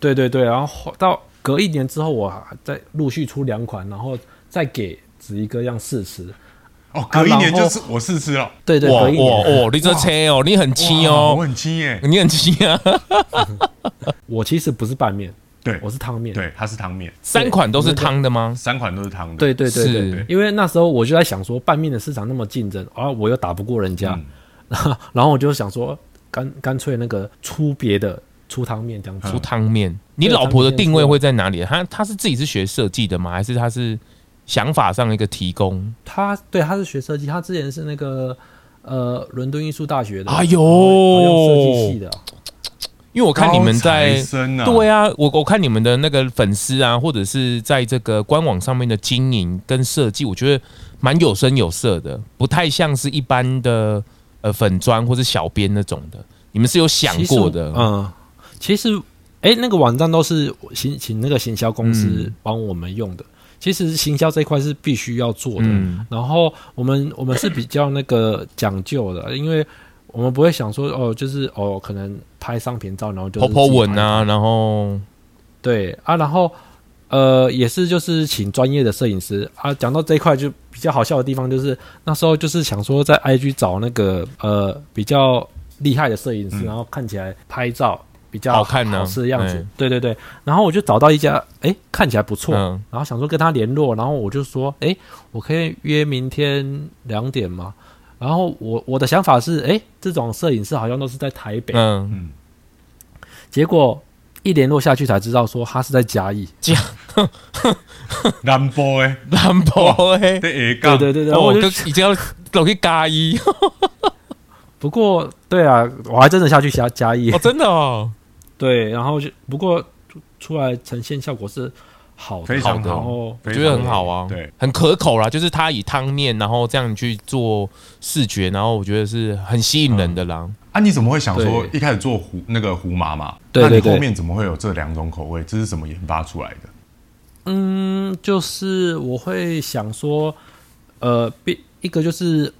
Speaker 3: 对对对，然后后到隔一年之后，我还再陆续出两款，然后再给子怡哥让试吃。
Speaker 2: 哦，隔一
Speaker 3: 啊
Speaker 2: 年
Speaker 3: 然
Speaker 2: 就
Speaker 3: 后
Speaker 2: 是我试吃了，
Speaker 3: 对对，
Speaker 1: 哇
Speaker 3: 隔一年，
Speaker 1: 哇哇，你这车哦，你很轻
Speaker 2: 哇我
Speaker 1: 哦，
Speaker 2: 很惊耶。
Speaker 1: 你很轻啊，
Speaker 3: 我其实不是拌面，
Speaker 2: 对，
Speaker 3: 我是汤面。
Speaker 2: 对，它是汤面，
Speaker 1: 三款都是汤的吗？
Speaker 2: 三款都是汤的。
Speaker 3: 对对对对
Speaker 1: 是
Speaker 3: 因为那时候我就在想说，拌面的市场那么竞争，啊，我又打不过人家，
Speaker 2: 嗯
Speaker 3: (laughs) 然后我就想说，干干脆那个出别的出汤面这样
Speaker 1: 出
Speaker 3: 子。
Speaker 1: 汤面，你老婆的定位会在哪里？她她是自己是学设计的吗？还是她是想法上的一个提供？
Speaker 3: 他对他是学设计，他之前是那个呃伦敦艺术大学的，
Speaker 1: 哎呦
Speaker 3: 好像设计系的，
Speaker 1: 因为我看你们在
Speaker 2: 高材生啊
Speaker 1: 对啊，我我看你们的那个粉丝啊，或者是在这个官网上面的经营跟设计，我觉得蛮有声有色的，不太像是一般的呃粉砖或者小编那种的。你们是有想
Speaker 3: 其实
Speaker 1: 过的，啊
Speaker 3: 嗯，其实，哎、那个网站都是我请请那个行销公司
Speaker 1: 嗯
Speaker 3: 帮我们用的。其实行销这一块是必须要做的。
Speaker 1: 嗯
Speaker 3: 然后我们我们是比较那个讲究的，因为我们不会想说哦，就是哦，可能拍商品照，然后就
Speaker 1: ，po
Speaker 3: 是
Speaker 1: po
Speaker 3: 自己
Speaker 1: 文
Speaker 3: 拍，
Speaker 1: 啊，然后
Speaker 3: 对啊，然后。呃，也是就是请专业的摄影师啊。讲到这一块，就比较好笑的地方就是那时候就是想说在 IG 找那个呃比较厉害的摄影师，然后看起来拍照比
Speaker 1: 嗯
Speaker 3: 较
Speaker 1: 好看呢
Speaker 3: 好吃的样子。
Speaker 1: 嗯
Speaker 3: 对对对，然后我就找到一家，哎、看起来不错，
Speaker 1: 嗯
Speaker 3: 然后想说跟他联络，然后我就说，哎、我可以约明天两点吗？然后我我的想法是，哎、这种摄影师好像都是在台北，
Speaker 1: 嗯， (laughs)
Speaker 3: 结果一联络下去才知道说他是在嘉义。
Speaker 2: 南波哎，
Speaker 1: 兰博哎，
Speaker 2: 对，
Speaker 3: 对对对对，然后
Speaker 1: 我
Speaker 3: 我就
Speaker 1: 哦跟已经要走去加
Speaker 3: (laughs)
Speaker 1: 一
Speaker 3: 不过，对啊，我还真的下去加加一
Speaker 1: 哦，，真的哦，
Speaker 3: 对，然后就不过出出来呈现效果是好的，
Speaker 2: 非常
Speaker 1: 好的
Speaker 3: 然后
Speaker 1: 我
Speaker 2: 非常
Speaker 1: 觉得很好啊，
Speaker 2: 对，
Speaker 1: 很可口啦，就是它以汤面，然后这样去做视觉，然后我觉得是很吸引人的啦。
Speaker 2: 啊，你怎么会想说
Speaker 3: 对
Speaker 2: 一开始做胡那个胡麻嘛？
Speaker 3: 对对
Speaker 2: 那
Speaker 3: 对
Speaker 2: 你后面怎么会有这两种口味？这是怎么研发出来的？
Speaker 3: 嗯，就是我会想说，呃，必一个就是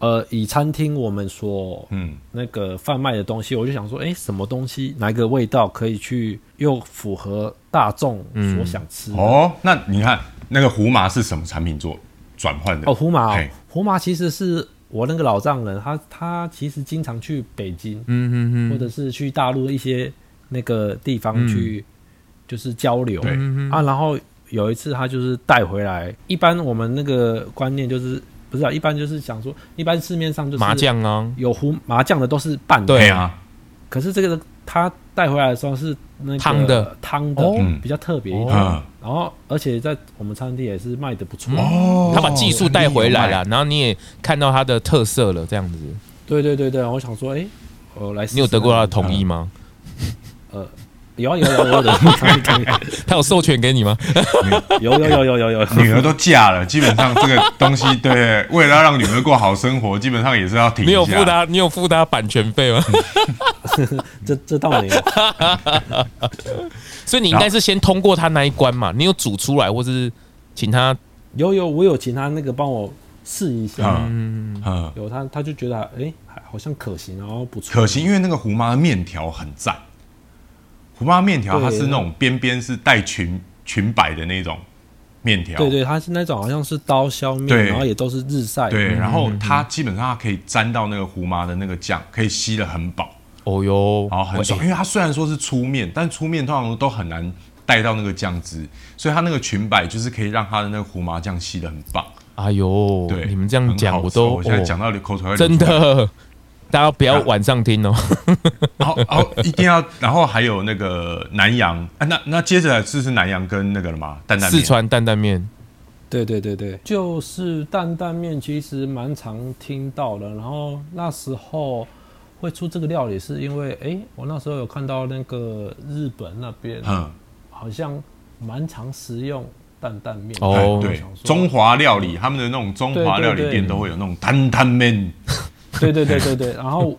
Speaker 3: 呃，以餐厅我们所
Speaker 2: 嗯，
Speaker 3: 那个贩卖的东西，我就想说，哎，什么东西哪一个味道可以去又符合大众所想吃的？
Speaker 2: 哦，那你看那个胡麻是什么产品做转换的？
Speaker 3: 哦，胡麻哦
Speaker 2: 嘿，
Speaker 3: 胡麻其实是我那个老丈人，他他其实经常去北京，
Speaker 1: 嗯嗯嗯，嗯
Speaker 3: 或者是去大陆一些那个地方去，就是交流
Speaker 2: 对
Speaker 3: 啊。然后有一次他就是带回来，一般我们那个观念就是不是啊，一般就是想说，一般市面上就是
Speaker 1: 麻将啊，
Speaker 3: 有胡麻酱的都是拌的，
Speaker 1: 对
Speaker 2: 对啊，
Speaker 3: 可是这个他带回来的时候是那个
Speaker 1: 汤的
Speaker 3: 汤的
Speaker 1: 哦
Speaker 3: 比较特别一点。
Speaker 2: 嗯，
Speaker 3: 然后而且在我们餐厅也是卖的不错，
Speaker 2: 哦
Speaker 1: 他把技术带回来了，，然后你也看到他的特色了，这样子，
Speaker 3: 对对对对。然后我想说，哎，我来试试
Speaker 1: 你有得过他的
Speaker 3: 看
Speaker 1: 同意吗？
Speaker 3: 呃，有啊有啊有啊我有得过他的同意，
Speaker 1: 他有授权给你吗？
Speaker 3: 有有有有有有。
Speaker 2: 女儿都嫁了，基本上这个东西，对，为了要让女儿过好生活，基本上也是要停一下。嗯
Speaker 1: 你有付他，你有付他版权费吗？ (laughs)
Speaker 3: 这这啊倒没有，
Speaker 1: 所以你应该是先通过他那一关嘛，你有煮出来或是请他
Speaker 3: 有有，我有请他那个帮我试一下，
Speaker 2: 嗯嗯，
Speaker 3: 有他他就觉得哎、还好像可行，然后不错，
Speaker 2: 可惜因为那个胡妈的面条很赞，胡妈面条它
Speaker 3: 对
Speaker 2: 是那种边边是带裙裙摆的那种面条，
Speaker 3: 对对，他是那种好像是刀削面，
Speaker 2: 哦对
Speaker 3: 然后也都是日晒，
Speaker 1: 嗯
Speaker 2: 对，然后它基本上它可以沾到那个胡麻的那个酱，可以吸的很饱，
Speaker 1: 哦哟，
Speaker 2: 然后很爽。
Speaker 1: 哎
Speaker 2: 因为它虽然说是粗面，但粗面通常都很难带到那个酱汁，所以它那个裙摆就是可以让它的那个胡麻酱吸的很棒。
Speaker 1: 哎呦，
Speaker 2: 对，
Speaker 1: 你们这样
Speaker 2: 很
Speaker 1: 讲
Speaker 2: 好
Speaker 1: 我
Speaker 2: 吃
Speaker 1: 都
Speaker 2: 我现在
Speaker 1: 哦
Speaker 2: 讲到流口水要流
Speaker 1: 真
Speaker 2: 出来。
Speaker 1: 的，大家不要晚上听哦。
Speaker 2: 然后然后一定要，然后还有那个南洋啊，那那接着来试试南洋跟那个了嘛，担担面
Speaker 1: 四川担担面，
Speaker 3: 对对对对，就是担担面，其实蛮常听到的。然后那时候会出这个料理，是因为哎、诶我那时候有看到那个日本那边
Speaker 2: 嗯，
Speaker 3: 好像蛮常食用担担面
Speaker 1: 哦
Speaker 2: 哎对
Speaker 3: 想，说
Speaker 2: 中华料理他们的那种中华料
Speaker 3: 对
Speaker 2: 理
Speaker 3: 对
Speaker 2: 店
Speaker 3: 对
Speaker 2: 都会有那种担担面， (laughs)
Speaker 3: 对对对对对。然后，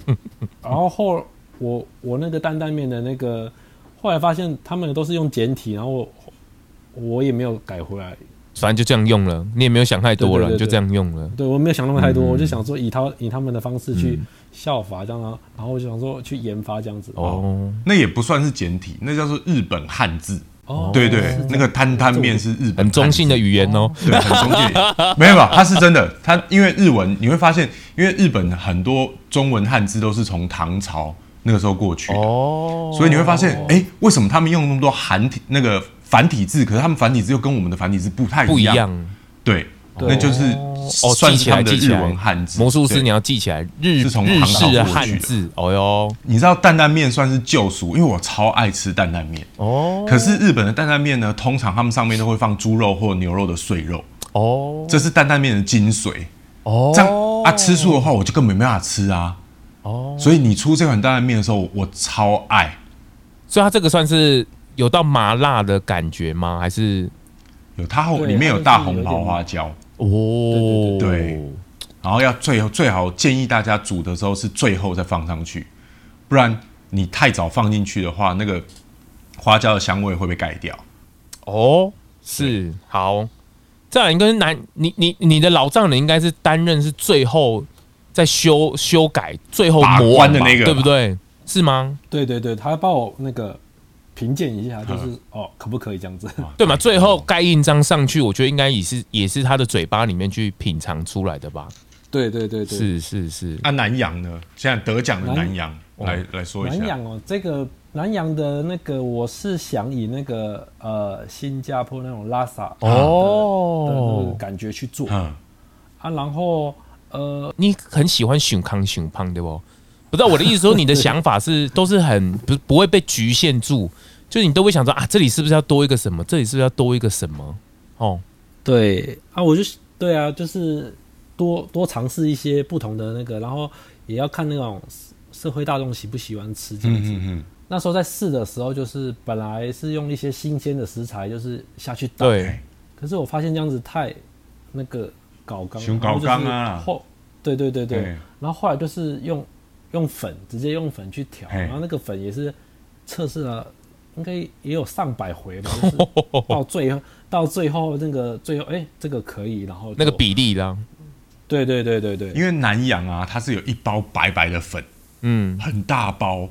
Speaker 3: 然后后我我那个担担面的那个，后来发现他们都是用简体，然后我我也没有改回来，
Speaker 1: 反正就这样用了，你也没有想太多了，
Speaker 3: 对对对
Speaker 1: 你就这样用了。
Speaker 3: 对我没有想那么太
Speaker 2: 嗯
Speaker 3: 多，我就想说以他以他们的方式去效法这样啊，然后我就想说去研发这样子。
Speaker 1: 哦，
Speaker 2: 那也不算是简体，那叫做日本汉字。
Speaker 3: 哦
Speaker 2: 对对，那个摊摊面是日本
Speaker 1: 很中性的
Speaker 2: 汉
Speaker 1: 语言哦。
Speaker 2: 字，对，很中
Speaker 1: (laughs)
Speaker 2: 性的语言。没有吧？它是真的，它因为日文你会发现，因为日本很多中文汉字都是从唐朝那个时候过去的，
Speaker 1: 哦，
Speaker 2: 所以你会发现，哎、为什么他们用那么多韩体那个繁体字，可是他们繁体字又跟我们的繁体字不太
Speaker 1: 不
Speaker 2: 一
Speaker 1: 一
Speaker 2: 样？
Speaker 1: 样
Speaker 2: 对，
Speaker 3: 对
Speaker 2: 那就是
Speaker 1: 哦。
Speaker 2: 算
Speaker 1: 记
Speaker 2: 是
Speaker 1: 起
Speaker 2: 他
Speaker 1: 来，
Speaker 2: 们的
Speaker 1: 记起
Speaker 2: 日
Speaker 1: 来。
Speaker 2: 文汉字。
Speaker 1: 魔术师，
Speaker 2: 对
Speaker 1: 你要记起来日
Speaker 2: 是从
Speaker 1: 日
Speaker 2: 唐朝
Speaker 1: 式的
Speaker 2: 过去
Speaker 1: 汉
Speaker 2: 的
Speaker 1: 字。哦哟，
Speaker 2: 你知道担担面算是救赎，因为我超爱吃担担面。
Speaker 1: 哦
Speaker 2: 可是日本的担担面呢，通常他们上面都会放猪肉或牛肉的碎肉，
Speaker 1: 哦
Speaker 2: 这是担担面的精髓。
Speaker 1: 哦，
Speaker 2: 这样啊，吃素的话我就根本没办法吃啊。
Speaker 1: 哦，
Speaker 2: 所以你出这款担担面的时候，我超爱，
Speaker 1: 所以它这个算是有到麻辣的感觉吗？还是
Speaker 2: 有它后
Speaker 3: 对
Speaker 2: 里面有大
Speaker 3: 它就是有
Speaker 2: 红
Speaker 3: 点
Speaker 2: 袍花椒，
Speaker 1: 哦
Speaker 2: 对对对
Speaker 1: 对
Speaker 2: 对然后要最后最好建议大家煮的时候是最后再放上去，不然你太早放进去的话，那个花椒的香味会被盖掉。
Speaker 1: 哦，是好。再来应该是男，你你你的老丈人应该是担任是最后在修修改最后
Speaker 2: 把
Speaker 1: 磨
Speaker 2: 关
Speaker 1: 完
Speaker 2: 的
Speaker 1: 吧
Speaker 2: 那个
Speaker 1: 对不对？是吗？
Speaker 3: 对对对，他帮我那个评鉴一下，就是哦，可不可以这样子？
Speaker 1: 对嘛？最后盖印章上去，我觉得应该也是也是他的嘴巴里面去品尝出来的吧？
Speaker 3: (laughs) 对对对对，
Speaker 1: 是是是，
Speaker 2: 啊，南洋呢？现在得奖的
Speaker 3: 南
Speaker 2: 南洋
Speaker 1: 哦
Speaker 2: 来来说一
Speaker 3: 南
Speaker 2: 下，
Speaker 3: 洋哦，这个南洋的那个，我是想以那个呃新加坡那种拉萨的
Speaker 2: 哦
Speaker 3: 的那
Speaker 1: 哦
Speaker 3: 种，感觉去做啊，
Speaker 2: 嗯，
Speaker 3: 然后呃，
Speaker 1: 你很喜欢熊康熊胖对不？不知道我的意思说，你的想法是都是很不不会被局限住，就是你都会想说啊，这里是不是要多一个什么？这里是不是要多一个什么？哦，
Speaker 3: 对啊，我就对啊，就是多多尝试一些不同的那个，然后也要看那种社社会大众喜不喜欢吃这样子。
Speaker 2: 嗯嗯
Speaker 3: 那时候在试的时候，就是本来是用一些新鲜的食材，就是下去打，
Speaker 1: 对，
Speaker 3: 可是我发现这样子太那个搞刚，
Speaker 2: 熊
Speaker 3: 然后
Speaker 2: 搞刚啊
Speaker 3: 就是后对对对对，
Speaker 2: 对
Speaker 3: 然后后来就是用用粉直接用粉去调，
Speaker 2: 嘿
Speaker 3: 然后那个粉也是测试了，应该也有上百回吧，就是到最后到最后那个最后哎、这个可以，然后就
Speaker 1: 那个比例啦，
Speaker 3: 对对对对
Speaker 2: 因
Speaker 3: 对，
Speaker 2: 为南洋啊，它是有一包白白的粉，
Speaker 1: 嗯，
Speaker 2: 很大包。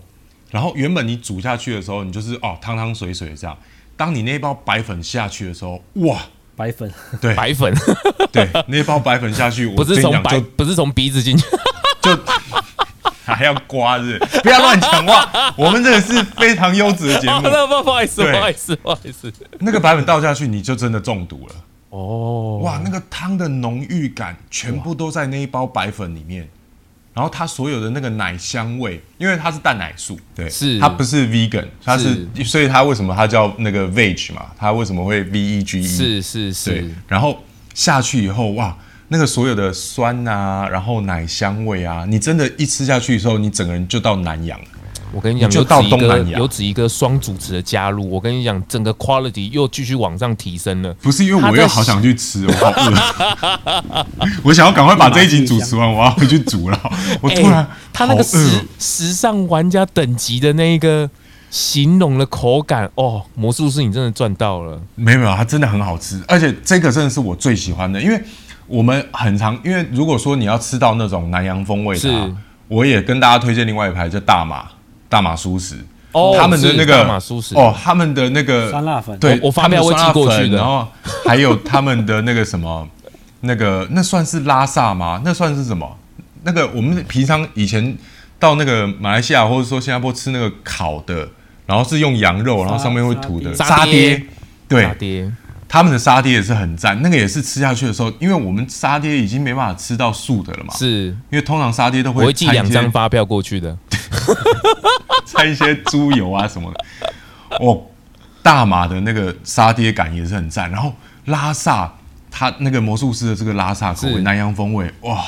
Speaker 2: 然后原本你煮下去的时候，你就是哦汤汤水水这样。当你那包白粉下去的时候，哇，
Speaker 3: 白粉
Speaker 2: 对
Speaker 1: 白粉
Speaker 2: 对，那包白粉下去，我
Speaker 1: 不是
Speaker 2: 跟你
Speaker 1: 从
Speaker 2: 讲
Speaker 1: 白
Speaker 2: 就
Speaker 1: 不是从鼻子进去，
Speaker 2: 就还要刮日，不要乱讲话。我们这个是非常优质的节
Speaker 1: (laughs)
Speaker 2: 目。
Speaker 1: 不不不好意思，
Speaker 2: 对
Speaker 1: 不好意思，不好意思。
Speaker 2: 那个白粉倒下去，你就真的中毒了。
Speaker 1: 哦，
Speaker 2: 哇，那个汤的浓郁感全部都在那一包白粉里面，然后它所有的那个奶香味，因为它是蛋奶素，对，
Speaker 1: 是
Speaker 2: 它不是 vegan，它是，所以它为什么它叫那个 veg 嘛？它为什么会 v e g e？
Speaker 1: 是是
Speaker 2: 对
Speaker 1: 是，，
Speaker 2: 然后下去以后，哇，那个所有的酸啊，然后奶香味啊，你真的一吃下去的时候，你整个人就到南洋了。
Speaker 1: 我跟你讲，
Speaker 2: 你就
Speaker 1: 有
Speaker 2: 到
Speaker 1: 子一
Speaker 2: 东
Speaker 1: 个
Speaker 2: 南亚
Speaker 1: 有子一个双主持的加入，我跟你讲，整个 quality 又继续往上提升了。
Speaker 2: 不是因为我
Speaker 1: 它在
Speaker 2: 又好想去吃，我好饿， (laughs) 我想要赶快把这一集主持完，我要回去煮了。我
Speaker 1: 哎
Speaker 2: 突然好饿哦，
Speaker 1: 他那个时时尚玩家等级的那一个形容的口感哦，魔术师你真的赚到了。
Speaker 2: 没有没有，它真的很好吃，而且这个真的是我最喜欢的，因为我们很常，因为如果说你要吃到那种南洋风味的、啊
Speaker 1: 是，
Speaker 2: 我也跟大家推荐另外一排叫大马大马素食。
Speaker 1: 哦
Speaker 2: 他们的
Speaker 1: 是
Speaker 2: 那个
Speaker 1: 大马素食
Speaker 2: 哦，他们的那个
Speaker 4: 酸辣粉
Speaker 2: 对，
Speaker 1: 我我发票会寄过去的
Speaker 2: 他们酸辣粉然后还有他们的那个什么，那个那算是拉萨吗？那算是什么？那个我们平常以前到那个马来西亚或者说新加坡吃那个烤的，然后是用羊肉，然后上面会涂的
Speaker 1: 沙
Speaker 2: 沙
Speaker 1: 爹
Speaker 2: 爹，对
Speaker 1: 大，爹，
Speaker 2: 他们的沙爹也是很赞，那个也是吃下去的时候，因为我们沙爹已经没办法吃到素的了嘛，
Speaker 1: 是
Speaker 2: 因为通常沙爹都
Speaker 1: 我
Speaker 2: 哦会
Speaker 1: 会寄
Speaker 2: 掺一
Speaker 1: 两
Speaker 2: 些 (laughs)
Speaker 1: 张发票过去的。
Speaker 2: 掺一些猪油啊什么的。哦，大马的那个沙爹感也是很赞，然后拉萨它那个魔术师的这个拉萨口
Speaker 1: 是
Speaker 2: 味南洋风味，哇，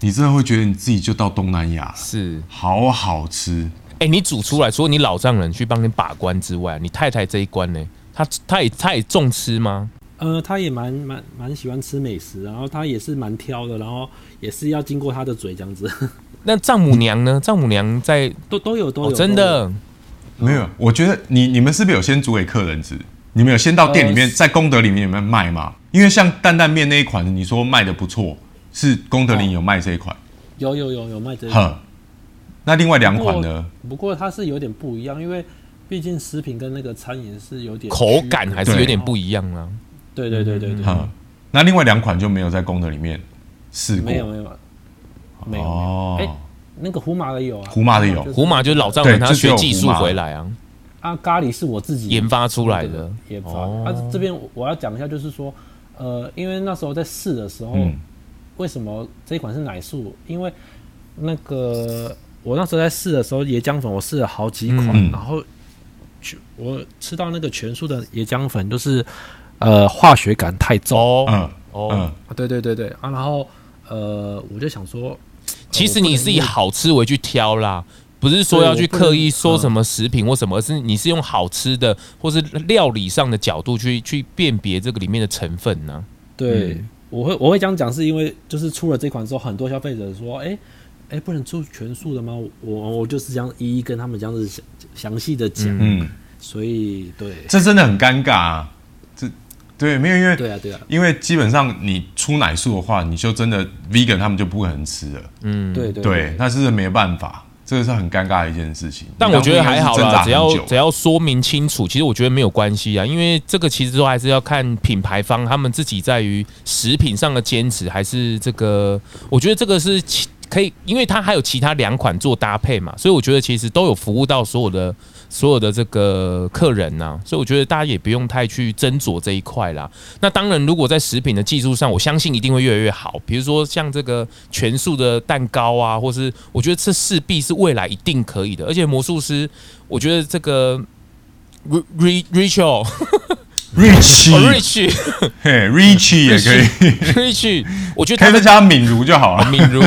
Speaker 2: 你真的会觉得你自己就到东南亚了，
Speaker 1: 是，
Speaker 2: 好好吃。
Speaker 1: 哎、你煮出来，除了你老丈人去帮你把关之外，你太太这一关呢？她她也她也重吃吗？
Speaker 3: 呃，他也蛮蛮蛮喜欢吃美食，然后他也是蛮挑的，然后也是要经过他的嘴这样子，
Speaker 1: 那丈母娘呢？丈母娘在
Speaker 3: 都都有都有、
Speaker 1: 哦，真
Speaker 3: 都有
Speaker 1: 的
Speaker 2: 没有，我觉得你你们是不是有先煮给客人吃？你们有先到店里
Speaker 3: 呃
Speaker 2: 面，在功德里面有没有卖吗？因为像担担面那一款，你说卖的不错，是功德林有卖这一款，
Speaker 3: 有有有有卖这个，
Speaker 2: 哼。那另外两款呢？
Speaker 3: 不过它是有点不一样，因为毕竟食品跟那个餐饮是有点
Speaker 1: 口感还是有嗯点不
Speaker 3: 一
Speaker 1: 一样啊。
Speaker 3: 对对对对对，
Speaker 2: 哼，那另外两款就没有在功德里面试过，
Speaker 3: 没有没有没有没有，
Speaker 2: 哦
Speaker 3: 哎。那个胡麻的有啊，
Speaker 2: 胡麻的有
Speaker 3: 就是
Speaker 1: 胡马就是老丈人
Speaker 2: 对
Speaker 1: 他
Speaker 2: 这只
Speaker 1: 学
Speaker 2: 有
Speaker 1: 技
Speaker 2: 胡
Speaker 1: 术
Speaker 2: 麻嗯
Speaker 1: 回来啊，
Speaker 3: 啊，咖喱是我自己
Speaker 1: 研发出来的。
Speaker 3: 研发。
Speaker 1: 哦
Speaker 3: 啊，这边我我要讲一下，就是说，呃，因为那时候在试的时候，
Speaker 2: 嗯
Speaker 3: 为什么这一款是奶素？因为那个我那时候在试的时候，椰浆粉我试了好几款，
Speaker 2: 嗯
Speaker 3: 然后去我吃到那个全素的椰浆粉，就是呃化学感太重。
Speaker 1: 哦，
Speaker 2: 嗯
Speaker 1: 哦
Speaker 2: 嗯，
Speaker 3: 对对对对啊，然后呃，我就想说，
Speaker 1: 其实你是以好吃为去挑啦，不是说要去刻意说什么食品或什么，而是你是用好吃的或是料理上的角度去去辨别这个里面的成分啊呢、
Speaker 3: 对，
Speaker 1: 嗯
Speaker 3: 我会我会这样讲，是因为就是出了这款之后，很多消费者说，哎、哎、不能出全素的吗？我我我就是这样一一跟他们这样子详详细的讲，
Speaker 2: 嗯，
Speaker 3: 所以对
Speaker 2: 这真的很尴尬啊。这对，没有因为
Speaker 3: 对啊对啊、
Speaker 2: 因为基本上你出奶素的话，你就真的 vegan 他们就不可能吃了。
Speaker 1: 嗯
Speaker 3: 对对
Speaker 2: 对，那是没办法，这个是很尴尬的一件事情。
Speaker 1: 但我觉得还好啦，
Speaker 2: 啦，
Speaker 1: 只要只要说明清楚，其实我觉得没有关系啊，因为这个其实都还是要看品牌方他们自己在于食品上的坚持，还是这个，我觉得这个是其可以，因为它还有其他两款做搭配嘛，所以我觉得其实都有服务到所有的所有的这个客人呐、所以我觉得大家也不用太去斟酌这一块啦。那当然，如果在食品的技术上，我相信一定会越来越好。比如说像这个全素的蛋糕啊，或是我觉得这势必是未来一定可以的。而且魔术师，我觉得这个 Ri- Ri- Rachel
Speaker 2: Rich，
Speaker 1: 哦 Rich (laughs)
Speaker 2: 嘿，Rich 也可以，
Speaker 1: Rich，我觉得他
Speaker 2: 可以再
Speaker 1: 的
Speaker 2: 加敏如就好了。
Speaker 1: 敏如，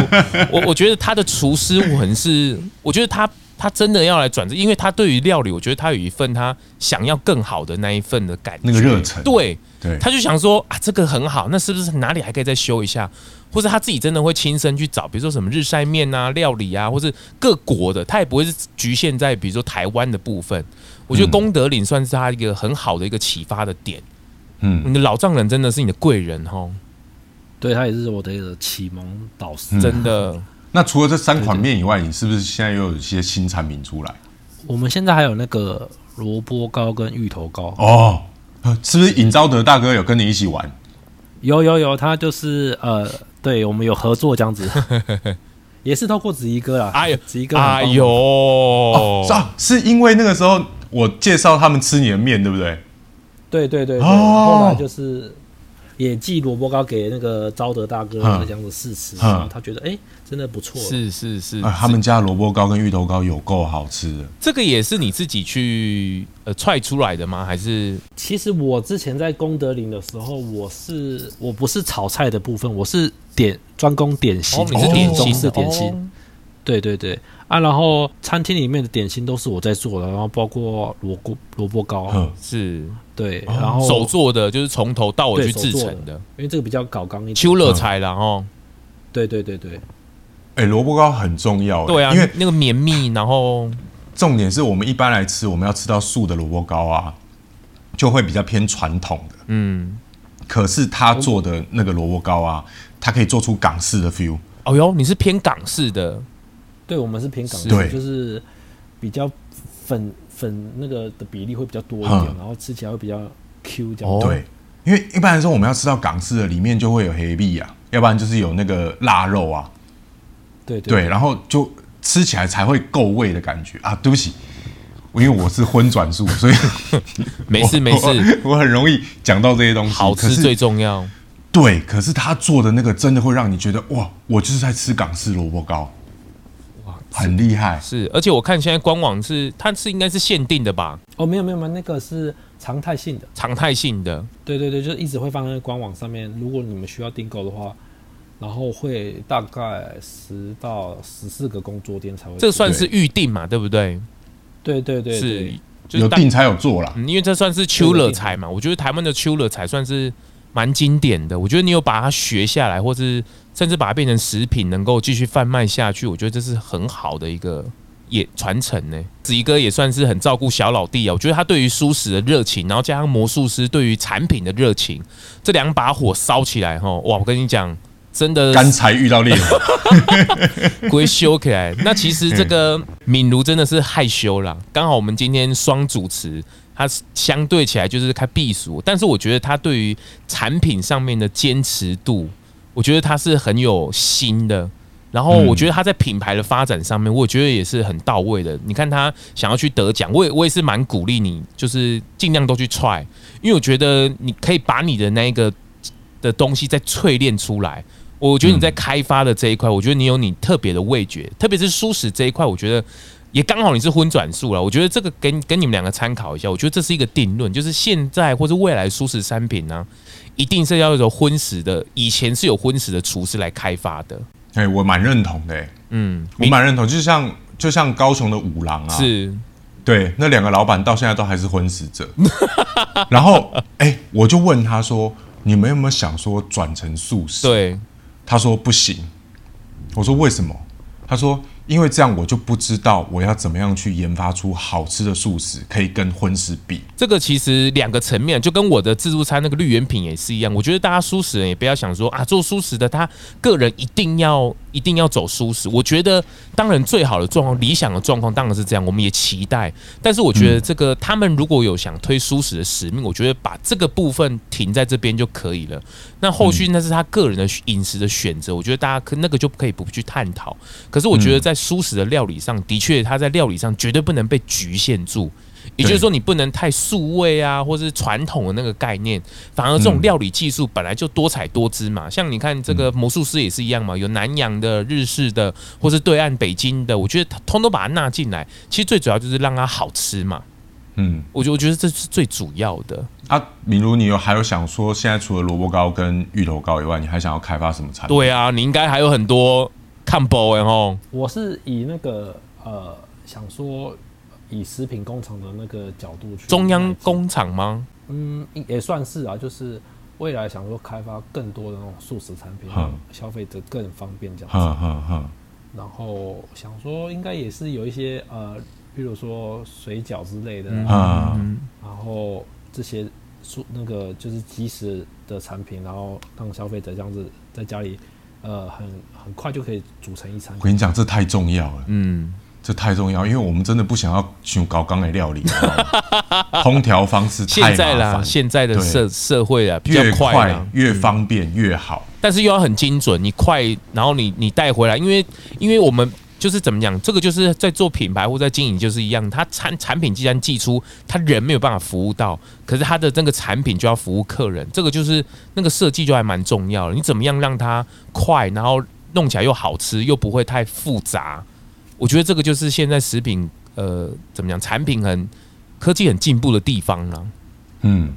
Speaker 1: 我我觉得他的厨师文是，我觉得他他真的要来转职，因为他对于料理，我觉得他有一份他想要更好的那一份的感觉，
Speaker 2: 那个热
Speaker 1: (laughs)
Speaker 2: 忱
Speaker 1: 对，
Speaker 2: 对，
Speaker 1: 他就想说啊，这个很好，那是不是哪里还可以再修一下？或者他自己真的会亲身去找，比如说什么日晒面啊、料理啊，或是各国的，他也不会是局限在比如说台湾的部分。我觉得功德岭算是他一个很好的一个启发的点。
Speaker 2: 嗯，
Speaker 1: 你的老丈人真的是你的贵人哦，
Speaker 3: 对他也是我的一个启蒙导师。
Speaker 2: 嗯
Speaker 1: 真的。
Speaker 2: 那除了这三款面以外，你是不是现在又有一些新产品出来？
Speaker 3: 我们现在还有那个萝卜糕跟芋头糕，
Speaker 2: 哦，呃是不是尹昭德大哥有跟你一起玩？
Speaker 3: 有有有，他就是呃，对我们有合作
Speaker 1: (laughs)
Speaker 3: 这样子，也是透过子怡哥啦，
Speaker 1: 哎呦，
Speaker 3: 子怡哥很
Speaker 1: 哎
Speaker 3: 帮忙
Speaker 1: 呦，哦
Speaker 2: 是啊，是因为那个时候我介绍他们吃你的面，对不对？
Speaker 3: 对对对对，
Speaker 2: 哦
Speaker 3: 后来就是也寄萝卜糕给那个招德大哥
Speaker 2: 嗯
Speaker 3: 这样子试吃，
Speaker 2: 嗯
Speaker 3: 然后他觉得哎、真的不错，
Speaker 1: 是是是，
Speaker 2: 啊，他们家的萝卜糕跟芋头糕有够好吃的。
Speaker 1: 这个也是你自己去呃踹出来的吗？还是
Speaker 3: 其实我之前在功德林的时候，我是我不是炒菜的部分，我是点专攻点心，
Speaker 1: 哦，你是点心
Speaker 3: 中式
Speaker 1: 的
Speaker 3: 点心，
Speaker 1: 哦
Speaker 3: 对对对啊。然后餐厅里面的点心都是我在做的，然后包括萝卜萝卜糕，
Speaker 2: 哼，
Speaker 1: 是
Speaker 3: 对，
Speaker 2: 哦
Speaker 3: 然后
Speaker 1: 手做的，就是从头到尾去
Speaker 3: 对
Speaker 1: 制
Speaker 3: 手做
Speaker 1: 成
Speaker 3: 的
Speaker 1: 的。
Speaker 3: 因为这个比较搞刚一点，
Speaker 1: 秋乐菜啦哦，
Speaker 3: 对对对对
Speaker 2: 哎，萝卜糕很重要欸，
Speaker 1: 对啊，
Speaker 2: 因为
Speaker 1: 那个绵密，然后
Speaker 2: 重点是我们一般来吃，我们要吃到素的萝卜糕啊，就会比较偏传统的。嗯，可是他做的那个萝卜糕啊，他可以做出港式的 feel。
Speaker 1: 哦哟，你是偏港式的，
Speaker 3: 对我们是偏港式
Speaker 2: 对，
Speaker 3: 就是比较粉粉那个的比例会比较多一点，
Speaker 2: 嗯
Speaker 3: 然后吃起来会比较 Q 这样。
Speaker 1: 哦
Speaker 2: 对，因为一般来说我们要吃到港式的，里面就会有黑币啊，要不然就是有那个腊肉啊，
Speaker 3: 对对
Speaker 2: 对，然后就吃起来才会够味的感觉啊。对不起，因为我是荤转素，所以
Speaker 1: 没事
Speaker 2: (laughs)
Speaker 1: 没事，
Speaker 2: 我，我很容易讲到这些东西。
Speaker 1: 好
Speaker 2: 可
Speaker 1: 吃
Speaker 2: 是
Speaker 1: 最重要。
Speaker 2: 对，可是他做的那个真的会让你觉得哇，我就是在吃港式萝卜糕，很厉害。
Speaker 1: 是，而且我看现在官网是它是应该是限定的吧，
Speaker 3: 哦，没有没有没有，那个是常态性的。
Speaker 1: 常态性的。
Speaker 3: 对对对，就是一直会放在官网上面。如果你们需要订购的话，然后会大概十到十四个工作天才会。
Speaker 1: 这算是预定嘛，对不对？
Speaker 3: 对对对
Speaker 1: 是
Speaker 3: 对，
Speaker 1: 就
Speaker 2: 有
Speaker 1: 是大、
Speaker 2: 定才有做啦，
Speaker 1: 嗯因为这算是秋了菜嘛，我觉得台湾的秋了菜算是蛮经典的。我觉得你有把它学下来，或是甚至把它变成食品，能够继续贩卖下去，我觉得这是很好的一个也传承呢。子怡哥也算是很照顾小老弟啊，我觉得他对于素食的热情，然后加上魔术师对于产品的热情，这两把火烧起来哈，哇！我跟你讲，真的
Speaker 2: 干柴遇到
Speaker 1: (laughs)
Speaker 2: 烈火，
Speaker 1: 归修起来。那其实这个敏如真的是害羞啦，刚好我们今天双主持，他相对起来就是开避暑，但是我觉得他对于产品上面的坚持度，我觉得他是很有心的。然后我觉得他在品牌的发展上面，我觉得也是很到位的。你看他想要去得奖，我也我也是蛮鼓励你，就是尽量都去 try，因为我觉得你可以把你的那一个的东西再淬炼出来。我觉得你在开发的这一块，我觉得你有你特别的味觉，特别是舒适这一块，我觉得也刚好你是荤转素了。我觉得这个给你跟你们两个参考一下，我觉得这是一个定论，就是现在或是未来舒适商品呢、啊一定是要有荤食的，以前是有荤食的厨师来开发的。
Speaker 2: 哎、我蛮认同的、欸，
Speaker 1: 嗯，
Speaker 2: 我蛮认同，就像就像高雄的五郎啊，
Speaker 1: 是
Speaker 2: 对，那两个老板到现在都还是婚食
Speaker 1: (laughs)
Speaker 2: 者。然后，哎、我就问他说：“你们有没有想说转成素食？”，
Speaker 1: 对，
Speaker 2: 他说不行。我说为什么？他说因为这样我就不知道我要怎么样去研发出好吃的素食，可以跟荤食比。
Speaker 1: 这个其实两个层面，就跟我的自助餐那个绿原品也是一样。我觉得大家素食人也不要想说啊，做素食的他个人一定要一定要走素食。我觉得当然最好的状况、理想的状况当然是这样，我们也期待。但是我觉得这个、他们如果有想推素食的使命，我觉得把这个部分停在这边就可以了。那后续那是他个人的饮食的选择，我觉得大家可那个就可以不去探讨。可是我觉得在素食的料理上，的确他在料理上绝对不能被局限住。也就是说，你不能太素味啊，或是传统的那个概念，反而这
Speaker 2: 嗯
Speaker 1: 种料理技术本来就多彩多姿嘛。像你看这个魔术师也是一样嘛，有南洋的、日式的，或是对岸北京的，我觉得它通都把它纳进来。其实最主要就是让它好吃嘛，
Speaker 2: 嗯，
Speaker 1: 我觉我觉得这是最主要的。
Speaker 2: 啊，米如，你有还有想说，现在除了萝卜糕跟芋头糕以外，你还想要开发什么产品？
Speaker 1: 对啊，你应该还有很多看哦播然后
Speaker 3: 我是以那个呃，想说以食品工厂的那个角度去
Speaker 1: 中央
Speaker 3: 迈进
Speaker 1: 工厂吗？
Speaker 3: 嗯，也算是啊，就是未来想说开发更多的那种素食产品，
Speaker 2: 嗯
Speaker 3: 让消费者更方便这样子。
Speaker 2: 哼哼哼，
Speaker 3: 然后想说应该也是有一些呃，比如说水饺之类的啊，
Speaker 2: 啊、
Speaker 1: 嗯
Speaker 3: 然后这些素那个就是即食的产品，然后让消费者这样子在家里呃很很快就可以煮成一餐
Speaker 2: 我。跟你讲，这太重要了，
Speaker 1: 嗯，
Speaker 2: 这太重要，因为我们真的不想要去搞刚的料理，你知
Speaker 1: (laughs)
Speaker 2: 道吗烹调方式太
Speaker 1: 现在
Speaker 2: 麻
Speaker 1: 啦，
Speaker 2: 烦，
Speaker 1: 现在的
Speaker 2: 对
Speaker 1: 社社会啊比较
Speaker 2: 越
Speaker 1: 快啦
Speaker 2: 快。越方便越好。
Speaker 1: 但是又要很精准，你快，然后你你带回来，因为因为我们就是怎么讲，这个就是在做品牌或在经营就是一样，它产产品既然寄出，它人没有办法服务到，可是它的那个产品就要服务客人，这个就是那个设计就还蛮重要的，你怎么样让它快，然后弄起来又好吃，又不会太复杂，我觉得这个就是现在食品呃怎么讲，产品很科技很进步的地方啊啦、
Speaker 2: 嗯，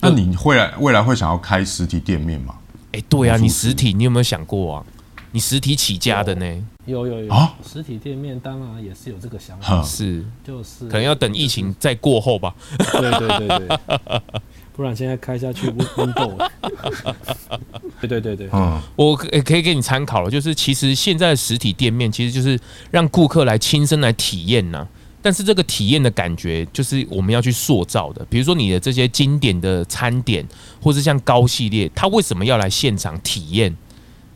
Speaker 2: 那你会来未来会想要开实体店面吗？
Speaker 1: 哎、对啊，
Speaker 2: 很
Speaker 1: 你
Speaker 2: 复杂
Speaker 1: 实体你有没有想过啊？你实体起家的呢？
Speaker 3: 有有有
Speaker 2: 啊，
Speaker 3: 实体店面当然也是有这个想法，
Speaker 2: 哼，
Speaker 1: 是。
Speaker 3: 就是
Speaker 1: 可能要等疫情再过后吧。
Speaker 3: 对对对对，不然现在开下去温温够了。对对对对，
Speaker 2: 嗯，
Speaker 1: 我可可以给你参考了，就是其实现在的实体店面其实就是让顾客来亲身来体验呐、但是这个体验的感觉，就是我们要去塑造的。比如说你的这些经典的餐点，或是像高系列，他为什么要来现场体验？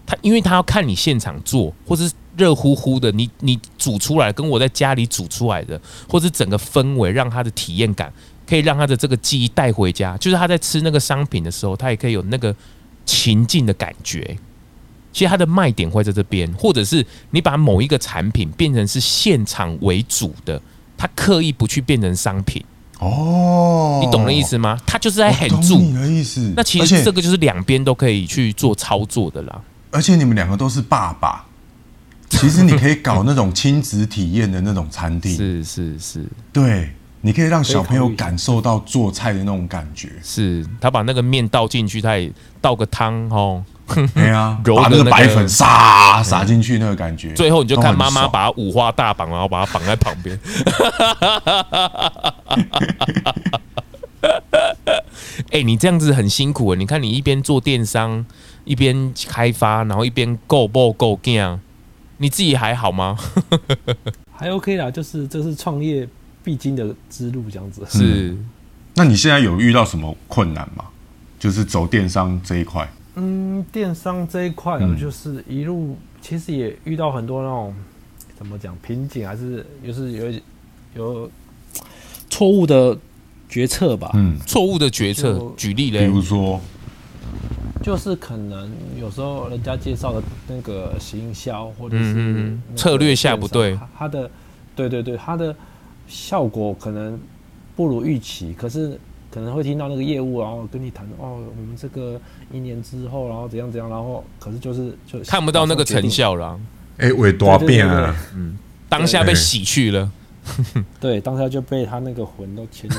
Speaker 1: 他因为他要看你现场做，或是热乎乎的，你你煮出来跟我在家里煮出来的，或是整个氛围，让他的体验感可以让他的这个记忆带回家。就是他在吃那个商品的时候，他也可以有那个情境的感觉。其实它的卖点会在这边，或者是你把某一个产品变成是现场为主的，他刻意不去变成商品，
Speaker 2: 哦，
Speaker 1: 你懂的意思吗？他就是在
Speaker 2: 我
Speaker 1: 很
Speaker 2: 懂
Speaker 1: 住
Speaker 2: 你。的意思。
Speaker 1: 那其
Speaker 2: 而
Speaker 1: 实
Speaker 2: 且
Speaker 1: 这个就是两边都可以去做操作的啦。
Speaker 2: 而且你们两个都是爸爸，其实你可以搞那种亲子体验的那种餐
Speaker 1: (laughs)
Speaker 2: 厅，
Speaker 1: 是是是
Speaker 2: 对，你可以让小朋友
Speaker 5: 可以考虑
Speaker 2: 感受到做菜的那种感觉。
Speaker 1: 是，他把那个面倒进去，他也倒个汤哦。
Speaker 2: 对啊，
Speaker 1: 揉的
Speaker 2: 把那
Speaker 1: 那
Speaker 2: 个
Speaker 1: 个
Speaker 2: 白粉撒撒进去那个感觉，
Speaker 1: 最后你就看妈妈
Speaker 2: 都很爽
Speaker 1: 把它五花大绑，然后把它绑在旁边。 (laughs) 哎、你这样子很辛苦哎！你看你一边做电商，一边开发，然后一边够不够干，你自己还好吗？
Speaker 5: 还 OK 啦，就是这是创业必经的之路，这样子。
Speaker 2: 嗯
Speaker 1: 是，
Speaker 2: 那你现在有遇到什么困难吗？就是走电商这一块，
Speaker 5: 嗯，电商这一块啊，就是一路其实也遇到很多那种怎么讲瓶颈，还是就是有有错误的决策吧。
Speaker 2: 嗯，
Speaker 1: 错误的决策
Speaker 5: 就，
Speaker 1: 举例
Speaker 2: 比
Speaker 1: 嘞，
Speaker 2: 如说，
Speaker 5: 就是可能有时候人家介绍的那个行销或者是
Speaker 1: 嗯嗯
Speaker 5: 那个
Speaker 1: 策略下不对
Speaker 5: 电商，它的对对对，它的效果可能不如预期，可是可能会听到那个业务然后跟你谈哦，我们这个一年之后，然后怎样怎样，然后可是就是就
Speaker 1: 看不到那个
Speaker 5: 马上决定
Speaker 1: 成效啦，
Speaker 2: 哎，尾多
Speaker 5: 对对
Speaker 2: 变啊，
Speaker 1: 当下被洗去了。
Speaker 5: 对，当下就被他那个魂都牵去。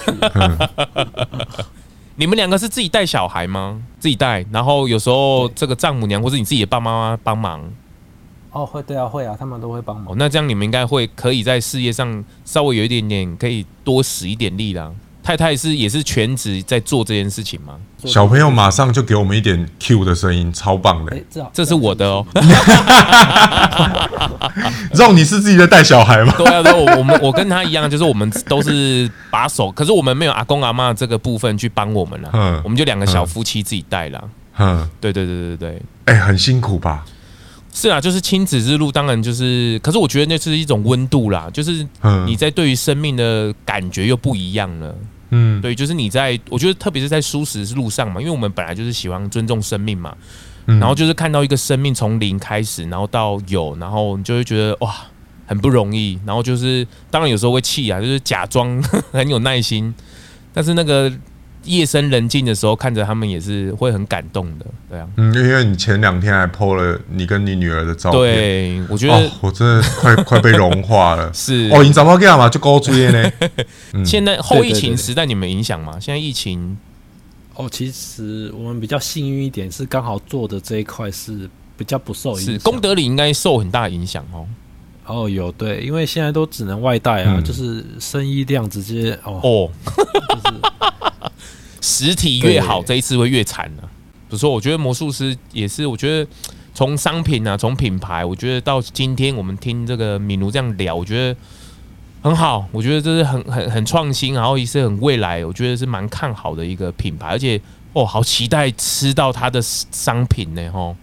Speaker 1: (laughs) 你们两个是自己带小孩吗？自己带，然后有时候这个丈母娘或是你自己的爸爸妈妈帮忙，
Speaker 5: 哦，会，对啊，会啊，他们都会帮忙
Speaker 1: 哦，。那这样你们应该会可以在事业上稍微有一点点可以多使一点力啦。太太是也是全职在做这件事情吗？ (laughs)
Speaker 2: 小朋友马上就给我们一点 Q 的声音，超棒的
Speaker 5: 哎。，这好
Speaker 1: 这是我的哦。
Speaker 2: 肉，你是自己在带小孩吗？
Speaker 1: 对啊，对啊我我们我跟他一样，就是我们都是把手，可是我们没有阿公阿妈这个部分去帮我们啦
Speaker 2: 嗯。
Speaker 1: 我们就两个小夫妻自己带啦。
Speaker 2: 嗯，
Speaker 1: 对对对对对，
Speaker 2: 哎，很辛苦吧？
Speaker 1: 是啊，就是亲子之路，当然就是，可是我觉得那是一种温度啦，就是
Speaker 2: 嗯
Speaker 1: 你在对于生命的感觉又不一样了。
Speaker 2: 嗯，
Speaker 1: 对，就是你在，我觉得特别是在舒适路上嘛，因为我们本来就是喜欢尊重生命嘛，
Speaker 2: 嗯
Speaker 1: 然后就是看到一个生命从零开始，然后到有，然后你就会觉得哇，很不容易，然后就是当然有时候会气啊，就是假装 (laughs) 很有耐心，但是那个夜深人静的时候，看着他们也是会很感动的，对啊，
Speaker 2: 嗯，因为你前两天还 PO 了你跟你女儿的照片，
Speaker 1: 对，我觉
Speaker 2: 哦
Speaker 1: 得，
Speaker 2: 我真的快快被融化了。
Speaker 1: (laughs) 是。
Speaker 2: 哦，你早报干嘛？就高
Speaker 1: (laughs)
Speaker 2: 追呢？嗯
Speaker 1: 现在后
Speaker 5: 对
Speaker 1: 疫
Speaker 5: 对对
Speaker 1: 情
Speaker 5: 对
Speaker 1: 时代，你们影响吗？现在疫情
Speaker 3: 哦，其实我们比较幸运一点，是刚好做的这一块是比较不受影
Speaker 1: 是
Speaker 3: 响。
Speaker 1: 功德里应该受很大影响哦。
Speaker 3: 哦，有对，因为现在都只能外带啊，
Speaker 2: 嗯
Speaker 3: 就是生意量直接哦，
Speaker 1: 哦，实体越好，这一次会越惨啊呢、不错，我觉得魔术师也是，我觉得从商品啊，从品牌，我觉得到今天我们听这个敏如这样聊，我觉得很好，我觉得这是很很很创新，然后也是很未来，我觉得是蛮看好的一个品牌，而且哦，好期待吃到它的商品呢，哦吼，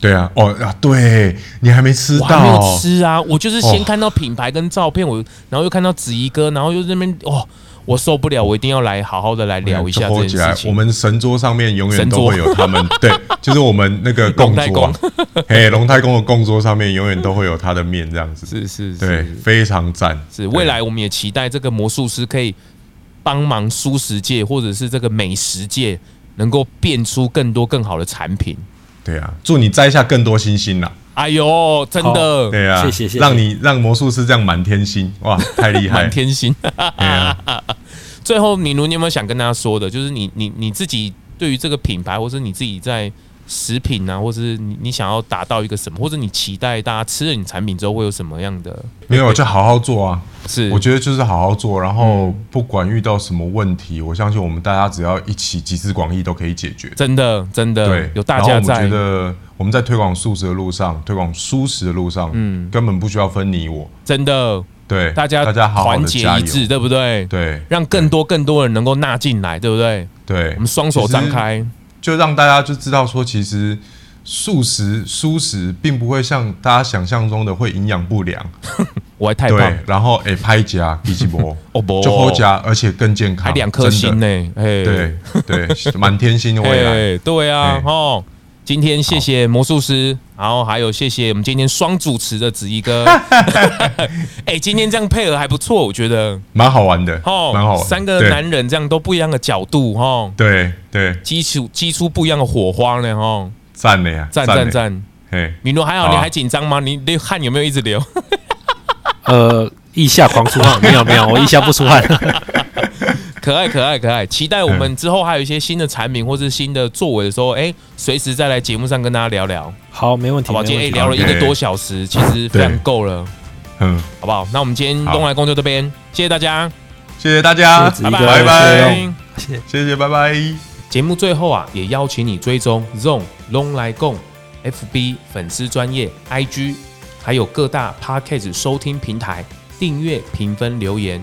Speaker 2: 对啊，哦啊，对你还没吃
Speaker 1: 我还没
Speaker 2: 到
Speaker 1: 有，吃啊，我就是先
Speaker 2: 哦
Speaker 1: 看到品牌跟照片，我然后又看到子怡哥，然后又在那边哦，我受不了，我一定要来好好的来聊一下
Speaker 2: 哎就
Speaker 1: 这
Speaker 2: hold
Speaker 1: 件
Speaker 2: 起来
Speaker 1: 事情。
Speaker 2: 我们神桌上面永远
Speaker 1: 神
Speaker 2: 都
Speaker 1: 桌
Speaker 2: 会有他们，对，就是我们那个供
Speaker 1: 龙太
Speaker 2: 桌啊， (laughs) 嘿，龙太公的供桌上面永远都会有他的面这样子，
Speaker 1: 是是
Speaker 2: 对，
Speaker 1: 是
Speaker 2: 非常赞。
Speaker 1: 是，未来我们也期待这个魔术师可以帮忙素食界或者是这个美食界能够变出更多更好的产品。
Speaker 2: 对啊，祝你摘下更多星星啦！
Speaker 1: 哎呦，真的
Speaker 2: 对啊，
Speaker 3: 谢谢谢谢
Speaker 2: 让你让魔术师这样满天星，哇，太厉害
Speaker 1: (laughs) 满
Speaker 2: 了！
Speaker 1: 天星。
Speaker 2: 对啊，
Speaker 1: 最后，米如，你有没有想跟大家说的？就是你你你自己对于这个品牌，或是你自己在食品啊，或是你你想要达到一个什么，或者你期待大家吃了你产品之后会有什么样的？
Speaker 2: 没有就好好做啊。
Speaker 1: 是，嗯
Speaker 2: 我觉得就是好好做，然后不管遇到什么问题，我相信我们大家只要一起集思广益，都可以解决。
Speaker 1: 真的真的
Speaker 2: 对，
Speaker 1: 有大
Speaker 2: 然后
Speaker 1: 家
Speaker 2: 我
Speaker 1: 在
Speaker 2: 们觉，得我们在推广素食的路上，推广舒适的路上，嗯，根本不需要分你我，
Speaker 1: 真的
Speaker 2: 对，
Speaker 1: 大家
Speaker 2: 大家好好
Speaker 1: 团
Speaker 2: 的
Speaker 1: 结
Speaker 2: 加
Speaker 1: 一
Speaker 2: 油，
Speaker 1: 致，对不对？
Speaker 2: 对
Speaker 1: 让更多更多人能够纳进来，对不对？
Speaker 2: 对，
Speaker 1: 我们双手张开，
Speaker 2: 就让大家就知道说，其实素食素食并不会像大家想象中的会营养不良，
Speaker 1: 我还太
Speaker 2: 对
Speaker 1: 胖，，
Speaker 2: 然后诶拍夹
Speaker 1: (laughs)
Speaker 2: 比起波
Speaker 1: 哦不
Speaker 2: 就后夹，而且更健康，
Speaker 1: 还两颗
Speaker 2: 真
Speaker 1: 星
Speaker 2: 的，
Speaker 1: 呢，哎，
Speaker 2: 对对，满天星的未
Speaker 1: (laughs)
Speaker 2: 来，
Speaker 1: 哎，对啊
Speaker 2: 哎，
Speaker 1: 哦，今天谢谢魔术师，然后还有谢谢我们今天双主持的子怡
Speaker 2: (laughs)
Speaker 1: 哥， (laughs) 哎，今天这样配合还不错，我觉得
Speaker 2: 蛮好玩的，
Speaker 1: 哦
Speaker 2: 蛮好玩的，，
Speaker 1: 三个
Speaker 2: 对
Speaker 1: 男人这样都不一样的角度哦，
Speaker 2: 对对，
Speaker 1: 激出激出不一样的火花呢哦，
Speaker 2: 赞了呀，
Speaker 1: 赞
Speaker 2: 嘞
Speaker 1: 赞，赞！
Speaker 2: 嘿，
Speaker 1: 你说还好，
Speaker 2: 好啊
Speaker 1: 你还紧张吗？你你汗有没有一直
Speaker 2: (laughs)
Speaker 1: 流？
Speaker 3: 呃，腋下狂出汗，没有没有，我腋下不出
Speaker 1: (laughs)
Speaker 3: 汗。
Speaker 1: 可爱可爱可爱，期待我
Speaker 2: 嗯
Speaker 1: 们之后还有一些新的产品或是新的作为的时候，哎，随时再来节目上跟大家聊聊，好
Speaker 3: 好，没问题，
Speaker 1: 不好？
Speaker 3: 没
Speaker 1: 今天
Speaker 3: 问
Speaker 1: 哎
Speaker 3: 题。
Speaker 1: 聊了一个
Speaker 2: OK
Speaker 1: 多小时，其实非常够了，
Speaker 2: 嗯，
Speaker 1: 好不好？那我们今天东来工就这边，谢谢大家，
Speaker 2: 谢谢大家，
Speaker 3: 谢谢子
Speaker 1: 拜
Speaker 3: 怡
Speaker 1: 拜
Speaker 3: 哥
Speaker 2: 拜拜。
Speaker 3: 谢谢。
Speaker 2: 谢谢，拜拜。
Speaker 1: 节目最后啊，也邀请你追踪 Zone Long 来共 FB 粉丝专业 IG，还有各大 Podcast 收听平台订阅、评分、留言，